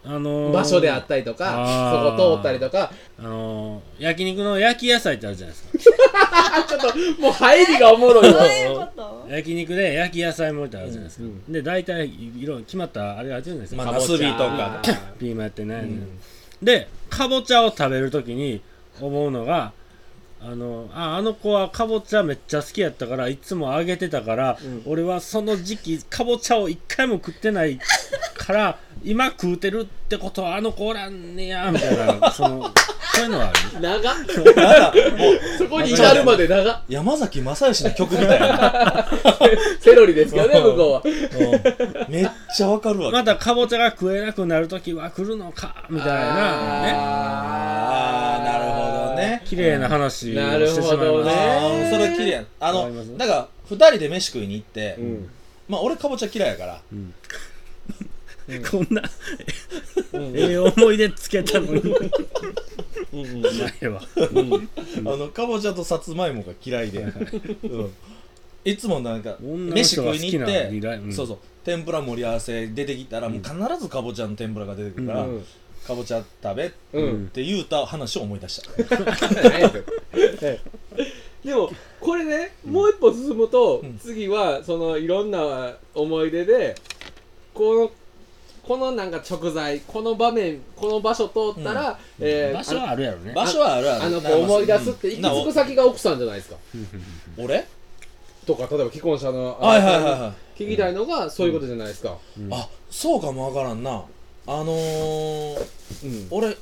あのー場所であったりとかあーそこ通ったりとかあのー焼肉の焼き野菜ってあるじゃないですかあちょっともう入りがおもろいわそういうこと焼肉で焼き野菜盛りってあるじゃないですか、うんうんで大体いろいろ決まったあれがあるじゃないですか、まあかぼちゃナスビと かピーマンやってね、でかぼちゃを食べるときに思うのがあのああの子はかぼちゃめっちゃ好きやったからいつもあげてたから、ん俺はその時期かぼちゃを一回も食ってない から今食うてるってことはあの子おらんねやみたいなそのそういうのはある 長っなんかもうそこに至るまで長っ山崎まさよしの曲みたいな、セロリですけどね向こうはうんめっちゃわかるわまたかぼちゃが食えなくなるときは来るのかみたいなねあーなるほどね綺麗な話をなるしてしほまいましどた、ねあーそれ綺麗やあわのかりますなんか2人で飯食いに行って、うんまあ俺かぼちゃ嫌いやからこんな、ええ思い出つけたの にないわあのかぼちゃとさつまいもが嫌 いで、うんいつもなんか女の人が飯食いに行っ好きなて、未来うんそうそう天ぷら盛り合わせ出てきたらもう必ずかぼちゃの天ぷらが出てくるから、うんかぼちゃ食べっうんて言うた話を思い出した、 でもこれねもう一歩進むと、うん次はそのいろんな思い出でこのこのなんか食材この場面この場所通ったら、えー場所はあるやろね場所はある ああるのあの子思い出すって行きな着く先が奥さんじゃないですかお俺とか例えば既婚者のはいはいはいはい聞きたいのがそういうことじゃないですか、あそうかもわからんなあのー、うん俺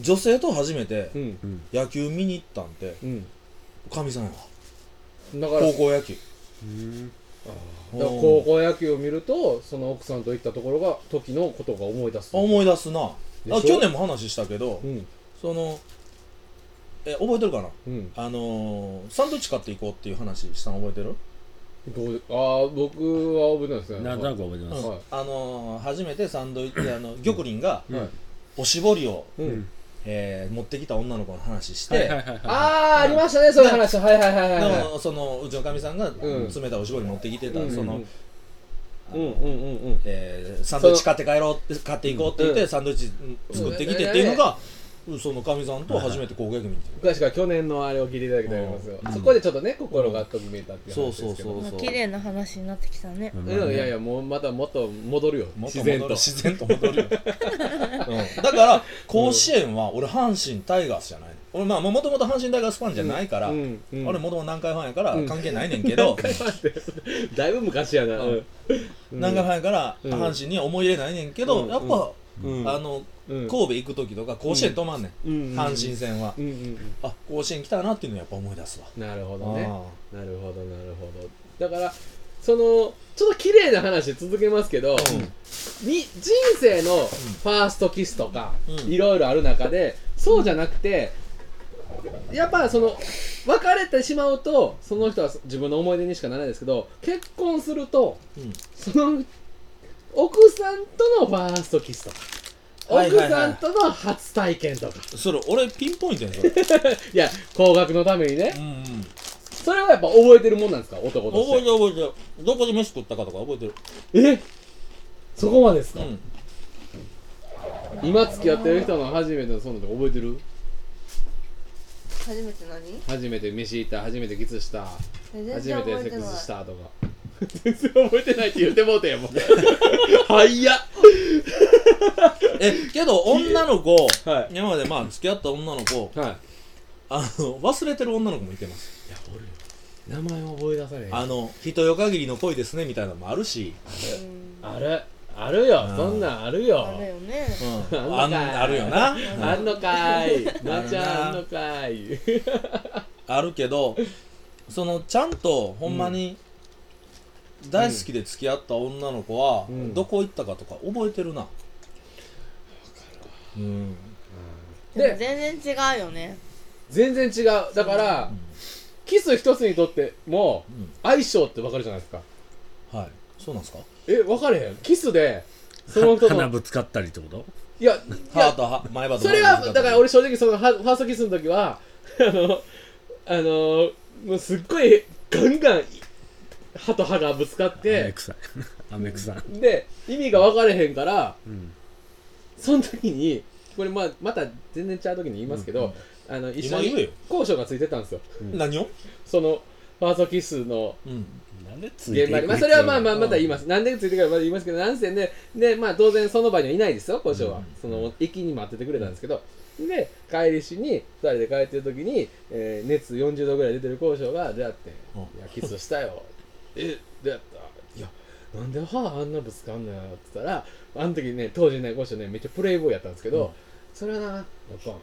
女性と初めてうん野球見に行ったんてうんおかみさんやわだから高校野球うんだから高校野球を見るとその奥さんと行ったところが時のことが思い出すあ思い出すなでしょあ去年も話したけどうんそのえ覚えてるかなうんあのー、サンドイッチ買っていこうっていう話したの覚えてる、どうああ僕は覚えてないですねなんとなく覚えてうます、はいんあのー、初めてサンドイッチあの玉林がうんはいおしぼりを、ううんんえー持ってきた女の子の話して、はいはいはいはいああありましたねそういう話はいはいはいはいではもそのうちのかみさんがん冷たいおしぼり持ってきていた、その、うんうんうんうんえーサンドイッチ買って帰ろう買っていこうって言って、サンドイッチ作ってきてっていうのが、うんそのかみさんと初めて高校野球見に行って詳しくは去年のあれを聞いていただきたいと思いますようんそこでちょっとね心がときめいたっていうそう話そでうすけどそうまあそう綺麗な話になってきたねまあうんねいやいやもうまたもっと戻るよもっ自と戻然ると自然と戻るよ、うん、だから甲子園は俺阪神タイガースじゃない俺まあもともと阪神タイガースファンじゃないから、うんうん俺もともと南海ファンやからうん関係ないねんけど、 だいぶ昔やなうん南海ファンやからうん阪神には思い入れないねんけど、うんやっぱ、うんあのうん神戸行く時とか甲子園止まんねん、うん阪神戦は、うんうんあ甲子園来たなっていうのやっぱ思い出すわうんなるほどねあなるほどなるほどだからそのちょっと綺麗な話続けますけど、に人生のファーストキスとか、うんいろいろある中でそうじゃなくてやっぱその別れてしまうとその人は自分の思い出にしかならないですけど結婚するとーうんその奥さんとのファーストキスとかはい奥はいはさいんとの初体験とか、い それ俺ピンポイントやんそれや高額のためにねうん、うん、それはやっぱ覚えてるもんなんですか男とし覚えててる覚えてるどこで飯食ったかとか覚えてるえそこまでですか、ん今付き合ってる人の初めてのそんなのとか覚えてる初めて何初めて飯行った初めてキスしたえ全初然めてセッ覚えてクないスしたとか全然覚えてないって言ってもうてんやもん早っえけど女の子、 はい今までまあ付き合った女の子はいあの忘れてる女の子もいてますいや俺名前も覚え出されへんああの人よ限りの恋ですねみたいなのもあるし、うんるあるようんそんなんあるよあるよねうん、ああんのかいんあるよなあんのか いなちゃんああるなんのかいあるけどそのちゃんとほんまに大好きで付き合った女の子は、うんどこ行ったかとか覚えてるな、うん、ででも全然違うよね全然違うだからキス一つにとってもうん相性ってわかるじゃないですかはいそうなんですかえ分かれへんキスでその人鼻のぶつかったりってこといやいハやートは前歯とそれはだから俺正直そのはファーストキスの時は あのあのもうすっごいガンガン歯と歯がぶつかっアメてクサ アメクサで意味が分かれへんからうんその時にこれまあまた全然ちゃう時に言いますけど、あの一緒今言えによ交渉がついてたんですよ何を、そのファーストキスのうん、なんでついてい現場くにまあそれはまあまあうんまた言います、なんでついてくるかまだ言いますけどなんせねでまあ当然その場にはいないですよ交渉は、うんその駅に待っててくれたんですけどで帰りしに2人で帰ってる時に、えー熱40度ぐらい出てる交渉が「出会ってうんいやキスしたよ え出会ったいやなんで歯あんなぶつかんのよ」って言ったらあの時ね当時ね交渉ねめっちゃプレイボーイやったんですけど、うんそれはなやっぱ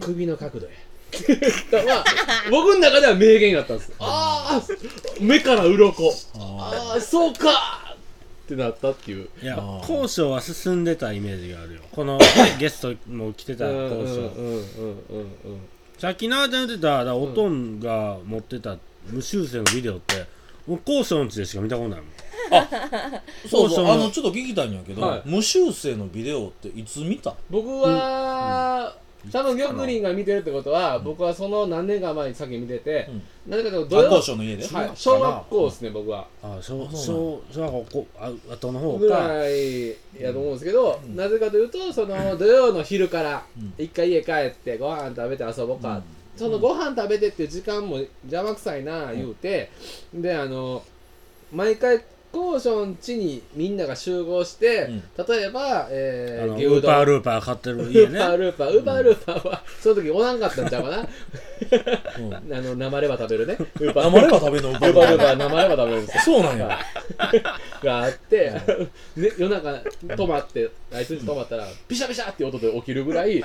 首の角度やだからまあ僕の中では名言やったんですああ目から鱗あああそうかってなったっていういやあー交渉は進んでたイメージがあるよこの ねゲストも来てたうん交うんう渉んうんさっきなあちゃん言ってただからおとんが持ってた無修正のビデオって俺交渉の地でしか見たことないもんそうそそううそうあのちょっと聞きたいんやけど、はい無修正のビデオっていつ見た僕は、多分玉林が見てるってことは、僕はその何年か前に先見てて、なぜかというと土学曜校省の家で、はい、小学校ですね僕はああ小あそ小小学校あ後の方ぐからいやと思うんですけど、うんなぜかというとその土曜の昼からうん一回家帰ってご飯食べて遊ぼうか、うんそのご飯食べてっていう時間も邪魔くさいな言うて、であの毎回高所の地にみんなが集合して、例えば、えあー、のウーパールーパー買ってる家 ウねーパールーパー、ウーパールーパーは、その時おらんかったんちゃうか な。あの、生レバ食べるね。ウーパー生れば食べるのウーパールーパー、生レバ食べるんですよ。そうなん やがあって、ね、夜中止まって、あいつに止まったら、ビシャビシャって音で起きるぐらい、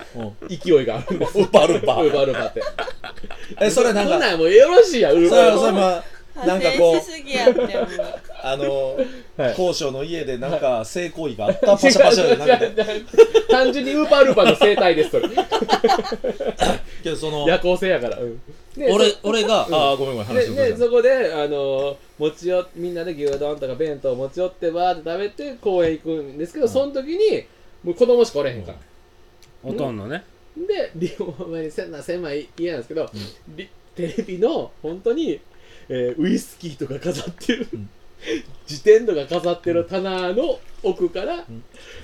勢いがあるんです。ウーパールーパーウーパールーパーって。えそれはなんこんかなんもうよろしいやん、ウーそパれーはルーそれはまあなんかこ発展しうすぎやっても うあパのー。はい高所の家でなんか性行為があったパシャパシャでなんかね 単純にウーパールーパーの生態です、それ。けどその夜行性やから。うんで俺俺があーごめんごめん話でをね、そこで、あのー持ち寄みんなで牛丼とか弁当持ち寄ってわーって食べて公園行くんですけど、その時にもう子供しかおれへんから、おとんのねでリほんまにせんな狭い家なんですけど、りテレビの本当に、えーウイスキーとか飾ってる、ん自転とか飾ってる棚の奥から、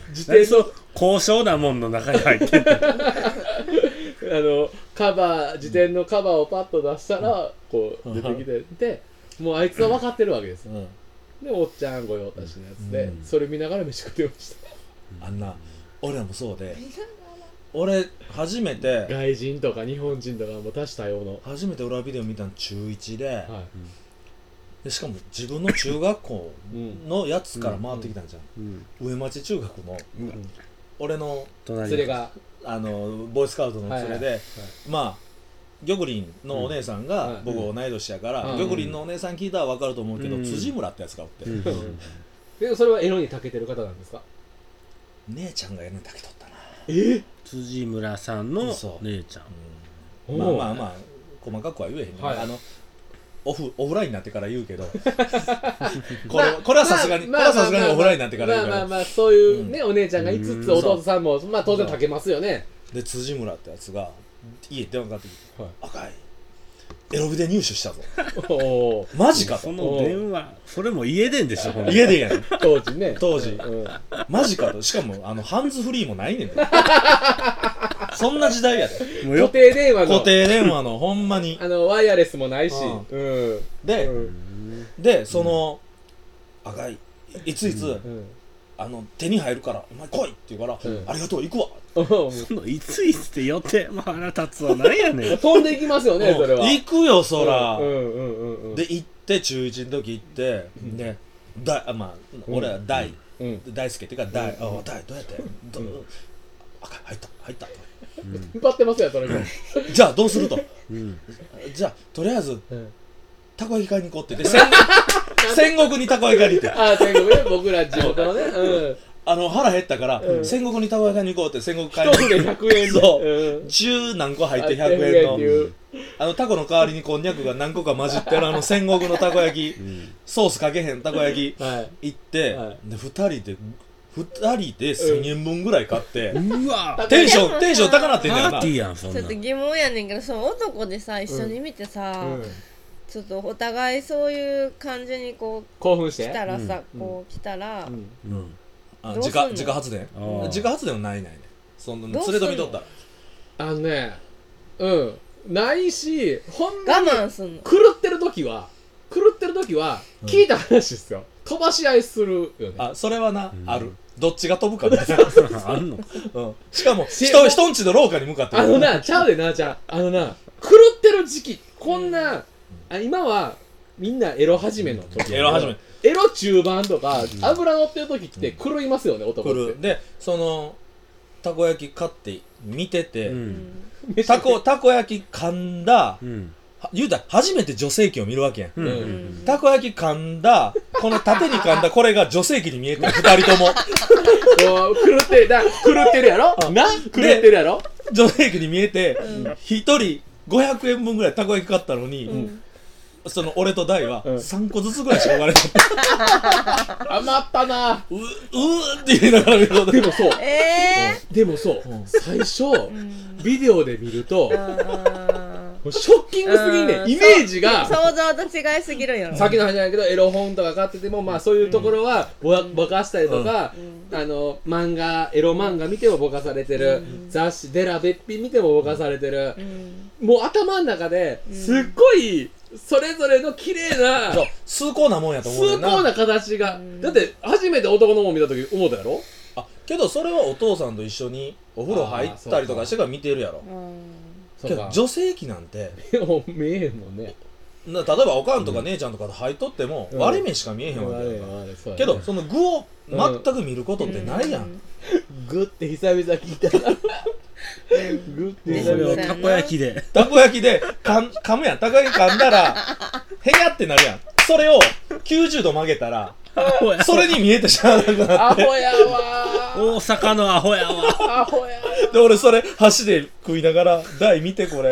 自何転そのう高尚なもんの中に入ってんのあのカバー自転のカバーをパッと出したら、こう出てきて、でもうあいつは分かってるわけですようんでおっちゃん御用達のやつで、うんそれ見ながら飯食ってましたあんな俺らもそうで俺初めて外人とか日本人とかも多種多様の、初めて裏ビデオ見たの中1ではでしかも自分の中学校いうんのやつから回ってきたんじゃんうん上町中学のうん俺の隣それがあのボーイスカウトの連はれで、いはいはいまあ玉林のお姉さうんんはがい僕同い年やから、うん玉林のお姉さん聞いたら分かると思うけど、うん辻村ってやつがおって、うんでそれはエロに長けてる方なんですか姉ちゃんがやるんだけどったな、え辻村さんのそう姉ちゃんおまあうまあまあ細かくは言えへんねん、はいあのオフオフラインになってから言う けどこれこれはさすがに、まあこれはさすがにオフラインになってから言まうあから、まあまあそういうね、お姉ちゃんが5つうん弟さんもまあ当然長けますよねで辻村ってやつが家電話かかってきて「はい赤いエロビで入手したぞおおマジかそと」の電話それも家電でしょほんま家でやん当時ね当時うんマジかとしかもあのハンズフリーもないねんでそんな時代やでも固うよ定電話固の定電話のほんまにあのワイヤレスもないしううんで、うんでその、赤いいついつ、うんあの手に入るからお前来いって言うから、うんありがとう行くわおうそのいついつって予定も腹立つわなんやねん飛んでいきますよねそれは行くよそら、うんうんうんうんで行って中1の時行って、でだあまあ俺は大、うん大輔っていうか大、あ大どうやって、ど赤い入った入った引っ張ってますよそれもじゃあどうするとうんじゃあとりあえずうんたこ焼き買いに行こうってで戦 国戦国にたこ焼き買いに行ってああ天国ね僕ら地元のねうんあの腹減ったから、うん戦国にたこ焼き買いに行こうって戦国買い一に筆行って100円そううん十何個入ってあ100円のっていうあのタコの代わりにこんにゃくが何個か混じってる あの戦国のたこ焼きうんソースかけへんたこ焼きはい行って、はいで2人で2人で1000円分ぐらい買って、うわパテンションテンション高なってんパだよなーティーやんそんちなょっと疑問やねんけどその男でさ一緒に見てさ、ちょっとお互いそういう感じにこう興奮して来たらさ、うんこう来たら、うんうん あどうす自んの家自家発電あー自家発電はないないねそんなどう連すんれの止みとったらあのねうんないしほんまに我慢すんの狂ってる時は狂ってる時はうん聞いた話ですよ飛ばし合いするよねあそれはな、んあるどっちが飛ぶかね、あんのうん、しかもし人人んちの廊下に向かってあのなちゃうでなちゃんあのな狂ってる時期こんなあ今はみんなエロ始めの時エロ始めエロ中盤とか油乗ってる時って狂いますよね男来ってるでそのたこ焼き買って見てうて、んたこたこ焼き噛んだうんは言うたら初めて女性器を見るわけやんうんうんうんたこ焼き噛んだ、この縦に噛んだ、これが女性器に見えてる、二人とも。こう狂ってるだ狂ってるやろな狂ってるやろ女性器に見えてうん、一人500円分ぐらいたこ焼き買ったのに、んその俺と大はうん3個ずつぐらいしか買われて、余ったなう、うーって言いながら見ることでもそうええでもそううん最初ーうんビデオで見るともあうショッキングすぎんねうんんイメージーが想像と違いすぎるんやろさっきの話じゃないけどエロ本とか買っててもまあそういうところはぼやぼかしたりとかうあの漫画エロ漫画見てもぼかされてる雑誌デラべっぴん見てもぼかされてるうんもう頭の中ですっごいそれぞれの綺麗なそう崇高なもんやと思う崇ねんな高な形がうんだって初めて男のも見た時思ったやろあけどそれはお父さんと一緒にお風呂入ったりとかしてから見てるやろけど女性器なんて性も見えへんもんねな例えばおかんとか姉ちゃんとかと入っとっても、うん割れ目しか見えへんわけやから、けどその具を全く見ることってないやん、グって久々聞いたなグってねそれをたこ焼きでたこ焼きでかん噛むやんたこ焼き噛んだらへやってなるやんそれを90度曲げたらそれに見えてしまうなアホやわ大阪のアホやわーアホやわで俺それ箸で食いながら「台見て これ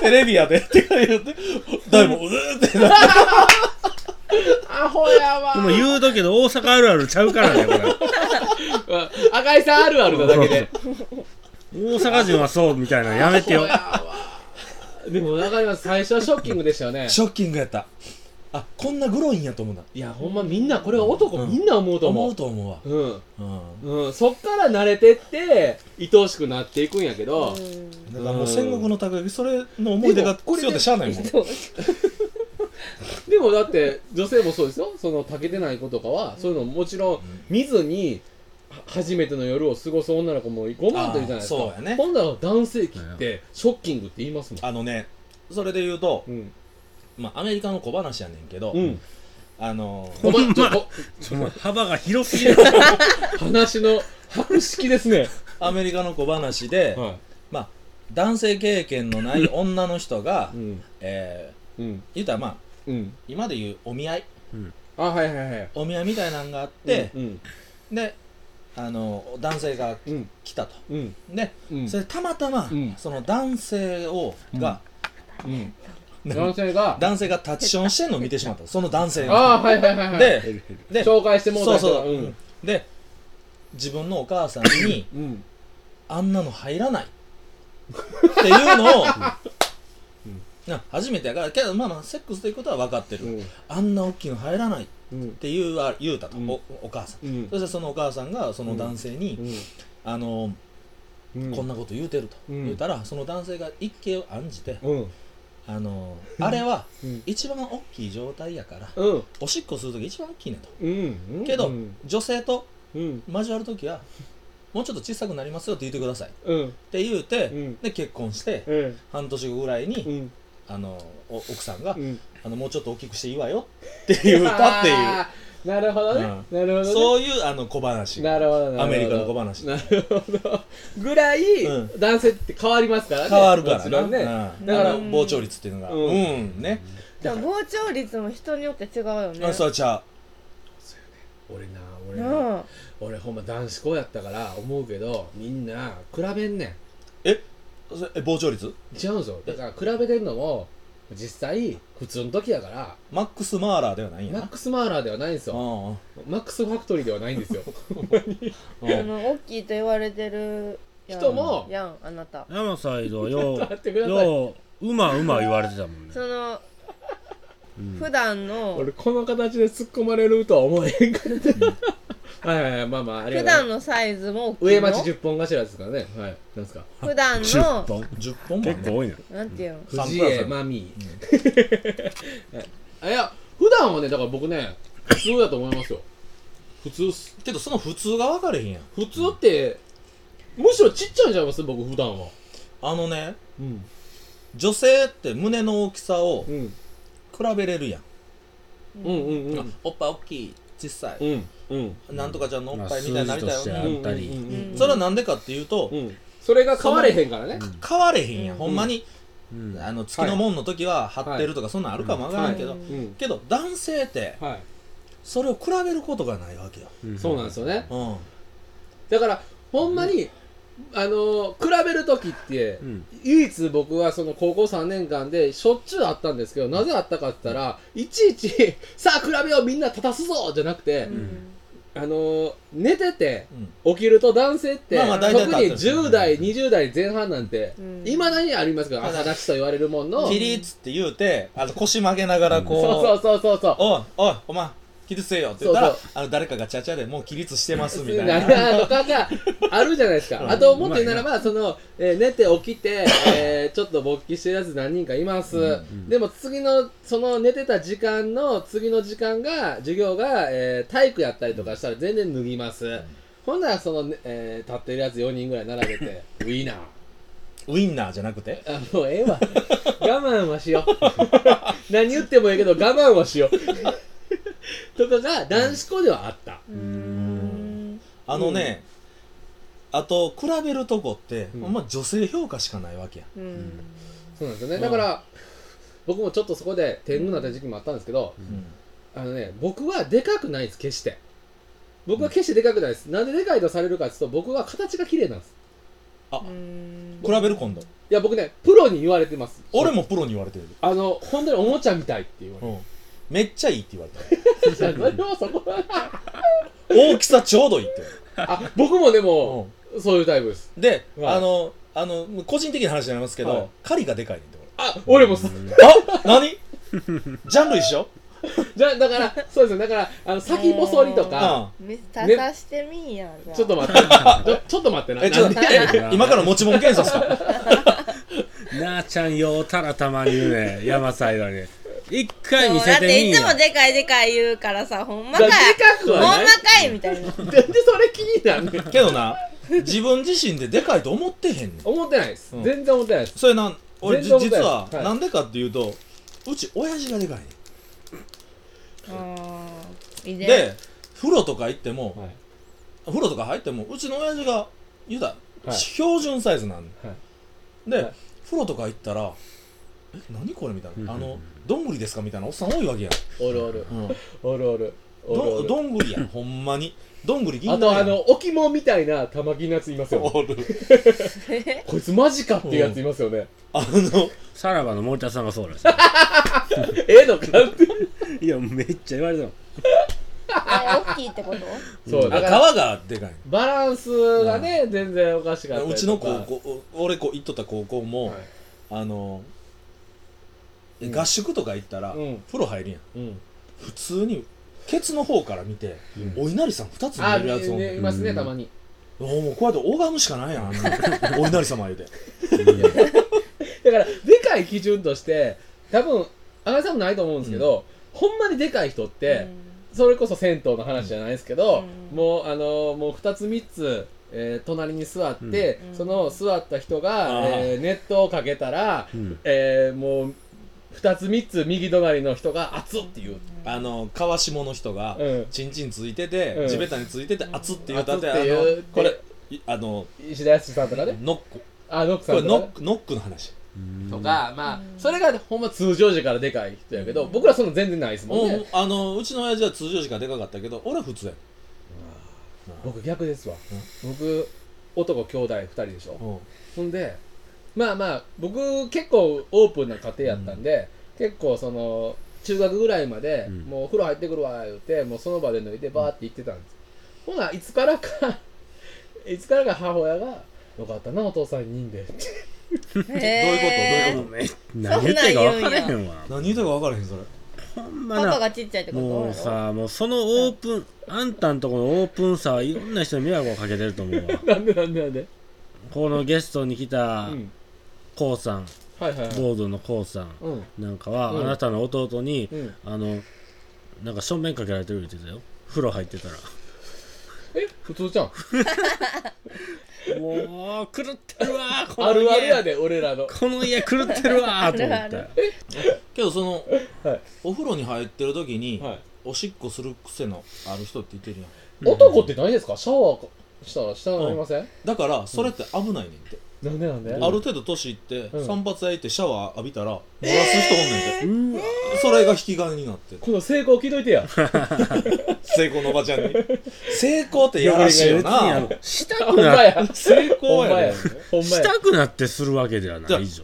テレビやで」って言って台もうーってなーってアホやわでも言うとけど大阪あるあるちゃうからねこれうん赤井さんあるあるなだけで大阪人はそうみたいなのやめてアホよやわーでも中今最初はショッキングでしたよねショッキングやったあこんなグロいんやと思うないやほんまみんなこれは男みんな思うと思思うと思うわううんうんうん、そっから慣れてって愛おしくなっていくんやけど、だからもう戦国のたこ焼きそれの思い出が強ってしゃあないもんでもだって女性もそうですよその炊けてない子とかは、そういうのもちろん見ずには初めての夜を過ごす女の子も5万といるじゃないですかあーそうやねほんなら男性器ってショッキングって言いますもんあのねそれで言うと、うんまあ、アメリカの小話やねんけど、うんあのーお前ちょっとちょお前幅が広すぎる話の博識です ねアメリカの小話で、はまあ、男性経験のない女の人が、いうんえうんー言うたらまあうん今で言うお見合いあはいはいはいお見合いみたいなんがあってう、んであのー男性がうん来たとうんで、うんそれたまたま、うんその男性をが、うん男性が男性がタッチションしてんのを見てしまったその男性あがあはいはいはいはいでで紹介してもそうた人そうがそう、んで自分のお母さん にうんあんなの入らないっていうのを、な初めてやからけどまあまあセックスということは分かってる、うんあんな大きいの入らないっうんて言うわ言うたと、うんおお母さん、うんそしてそのお母さんがその男性に、あのうんこんなこと言うてると、うん言うたらその男性が一計を案じて、うんあのあれはうん一番大きい状態やからうんおしっこするとき一番大きいねんとうんけど、うん女性とうん交わるときはもうちょっと小さくなりますよって言ってくださいっうんて言うて、うんで結婚してうん半年後ぐらいに、うんあのお奥さんが、うんあの「もうちょっと大きくしていいわよ」って言うたっていうあー なるほどねうなるほどねそういうあの小話なるほどなるほどアメリカの小話なるほどぐらいうん男性って変わりますからね変わるからもちろんねうんだからあの膨張率っていうのがううんん、ねでも膨張率も人によって違うよねあそうちゃ俺な俺ななあ俺ほんま男子校やったから思うけどみんな比べんねんうそれえ膨張率違うんですよだから比べてんのも実際普通の時やからマックス・マーラーではないんやマなックスマーラーではないんですうよんうんマックスファクトリーではないんですよあの大きいと言われてるやん人もやんあなた山サイドはよ待ってうくださいよううまうま言われてたもんねそのうん普段の俺この形で突っ込まれるとは思えへんからはいはいはいまあまあありがとう普ござい段のサイズも大き上いの町十本頭ですからねはいなんですか普段10の本10本もあんね結構多いななんていうのサン藤プラザ江マミーはいいや普段はねだから僕ね普通だと思いますよ普通っすけどその普通が分かれへんやん普通ってむしろちっちゃいんちゃいます僕普段はあのねうん女性って胸の大きさをう比んべれるやん、うんうんうんおっぱい大きい小さい、うんうんなんとかちゃんのおっぱいみたいになりたいよね、まあ数字としてあったりうんうんうんそれはなんでかっていうと、うんそれが変われへんからね変われへんやん、うんほんまに、うんあの月の門の時は張ってるとか、そんなんあるかもわからんけど、はいうんけど男性ってはいそれを比べることがないわけよ、うんそうなんですよねうん、だからほんまに、あのー比べる時って、うん唯一僕はその高校3年間でしょっちゅうあったんですけどなぜあったかって言ったらいちい ち「さあ比べようみんな立たすぞ!」じゃなくて、うんあのー寝ててうん起きると男性って、まあまあ特大体立ってにる10代20代前半なんてうんいま、未だにありますけどただ朝立ちと言われるもんの、起立って言うてあの腰曲げながらこう、そうそうそうそうそうおいおいお前起立せよって言ったらそうあの誰かがちゃちゃでもう起立してますみたいななとかがあるじゃないですか。あと、もっと言うならば、その、えー寝て起きて、えーちょっと勃起してるやつ何人かいます。でも、次の、その寝てた時間の次の時間が、授業が、えー体育やったりとかしたら全然脱ぎます。ほんなら、その、ねえー立ってるやつ4人ぐらい並べ て、ウィーナー。ウインナーじゃなくてあ、もうええわ。我慢はしよう。何言ってもええけど、我慢はしよう。とかが、男子校ではあった。うんあのね、あと比べるとこって、うんほんま女性評価しかないわけやうんそうなんですよね。だから、僕もちょっとそこで天狗になった時期もあったんですけど、あのね、僕はでかくないです、決して。僕は決してでかくないです。なんででかいとされるかっていうと、僕は形が綺麗なんです。うん比べる今度いや、僕ね、プロに言われてます。俺もプロに言われてる、あの、本当におもちゃみたいって言わうんめっちゃいいって言われたれて。それはそこは大きさちょうどいいって言わ れあ、僕もでた、も、そういうタイプです。で、はいあのあの個人的な話になりますけど、はい狩りがでかいねんてあ、俺もす、俺あ 何ジャンル一緒じゃあだから、そうですよ。だから、あの、先細りとか、め刺さしてみんやじゃあちょっと待って、ちょちょっと待ってな。えちょっとなんでえ今から持ち物検査っすかなあちゃんようたらたまに言うね山サイドに一回見そうせだってみてんいつやもでかいでかい言うからさほんまじかゃあいでかくほはんまない。かいみたいななんでそれ気になるねんけどな自分自身ででかいと思ってへんねん思ってないです、うん全然思ってないですそれなん俺じ全然実は問題ないですはいなんでかっていうとうち親父がでかいねんうん遺伝で風呂とか行っても、はい風呂とか入ってもうちの親父が言うたら、はい標準サイズなんで、はで、はい風呂とか行ったら「え何これ?」みたいうんな「あのどんぐりですか?」みたいなおっさん多いわけやん、おるおるうん、おるおるおるおどるどんぐりやんほんまにどんぐり銀あ杏やとんあの置物みたいな玉木のやついますよねおるこいつマジかっていうやついますよねあのさらばの森田さんがそうらしいええのかっていやめっちゃ言われたもんあ大きいってことそうだあから川がでかいバランスがね全然おかしかったのりうちとのか高校お俺こう行っとった高校も、はいあの合宿とか行ったら、うん風呂入るやうんん普通にケツの方から見て、お稲荷さん2つ見あえるやつをねいますねたまにおもうこうやって拝むしかないやんあんな のお稲荷様言うてだからでかい基準として多分赤井さんもないと思うんですけど、ほんまにでかい人って、それこそ銭湯の話じゃないですけど、うんもうあのもう2つ3つ、えー隣に座って、うんその座った人が、あーえーネットをかけたら、うんえーもう2つ3つ右隣の人が熱っっていう、あの川下の人が、うんちん、チンチンついてて、うん地べたについてて熱って言う熱たっっててあいうのこれいあの石田康さんとかねノックあノックこさんれとかね、ノックノックの話とか、まあ、それがほんま通常時からでかい人やけど、僕らそんな全然ないですもんおね、うあのうちの親父は通常時からでかかったけど俺は普通や僕逆ですわ、僕男兄弟2人でしょ、うんほんでまあまあ僕結構オープンな家庭やったんで、結構その中学ぐらいまで、うんもう風呂入ってくるわ言うてもうその場で脱いでバーって行ってたんです、ほないつから かいつからか母親が「よかったなお父さん人で」 どういどういうここめ何言ってるか分からへんわ何言うてるか分からへんそれほんとまパパながちっちゃいってこともうさもうそのオープンあんたんとこのオープンさはいろんな人に迷惑をかけてると思うわなんでなんでなんで、このゲストに来うたん、こうさんはいはいはいボードのこうさんうんなんかは、うんあなたの弟に、うんあのなんか正面かけられてる言ってたよ風呂入ってたらえ普通じゃんもう狂ってるわーこ のあ家るあるやで俺らのこの家狂ってる わーと思あっるあてるけどそのはいお風呂に入ってる時に、はいおしっこする癖のある人って言ってるやん男って何ですかシャワーしたら下になりません、だからそれって危ないねんて、なんでなんである程度年いって、うん散髪屋行ってシャワー浴びたら漏らす人おんねんて、うわそれが引き金になってこの成功聞いといてや成功のおばちゃんに成功ってやらしいよ別なにあのしたほくんまなや。成ほ功んまややね。ほんましや。たくなってするわけではじゃなあい以上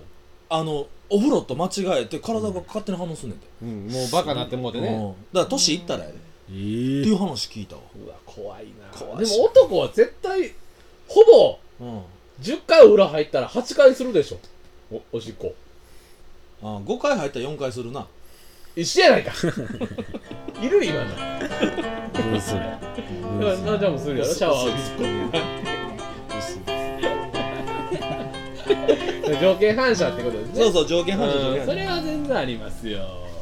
あのお風呂と間違えて体が勝手に反応すんねんて、うん、もうバカなってもうてうんね。だから年いったらやで、えっていーう話聞いたわ、うわ、怖いな。怖でいも男は絶対、ほぼうん、あ10回裏入ったら8回するでしょ。お、おしっこ。 5回入ったら4回するな一緒やないか いる今のどうするどうするなじゃあもうするやろシャワー浴びて条件反射ってことですねそうそう条件反射条そ件反射れは全然ありますよ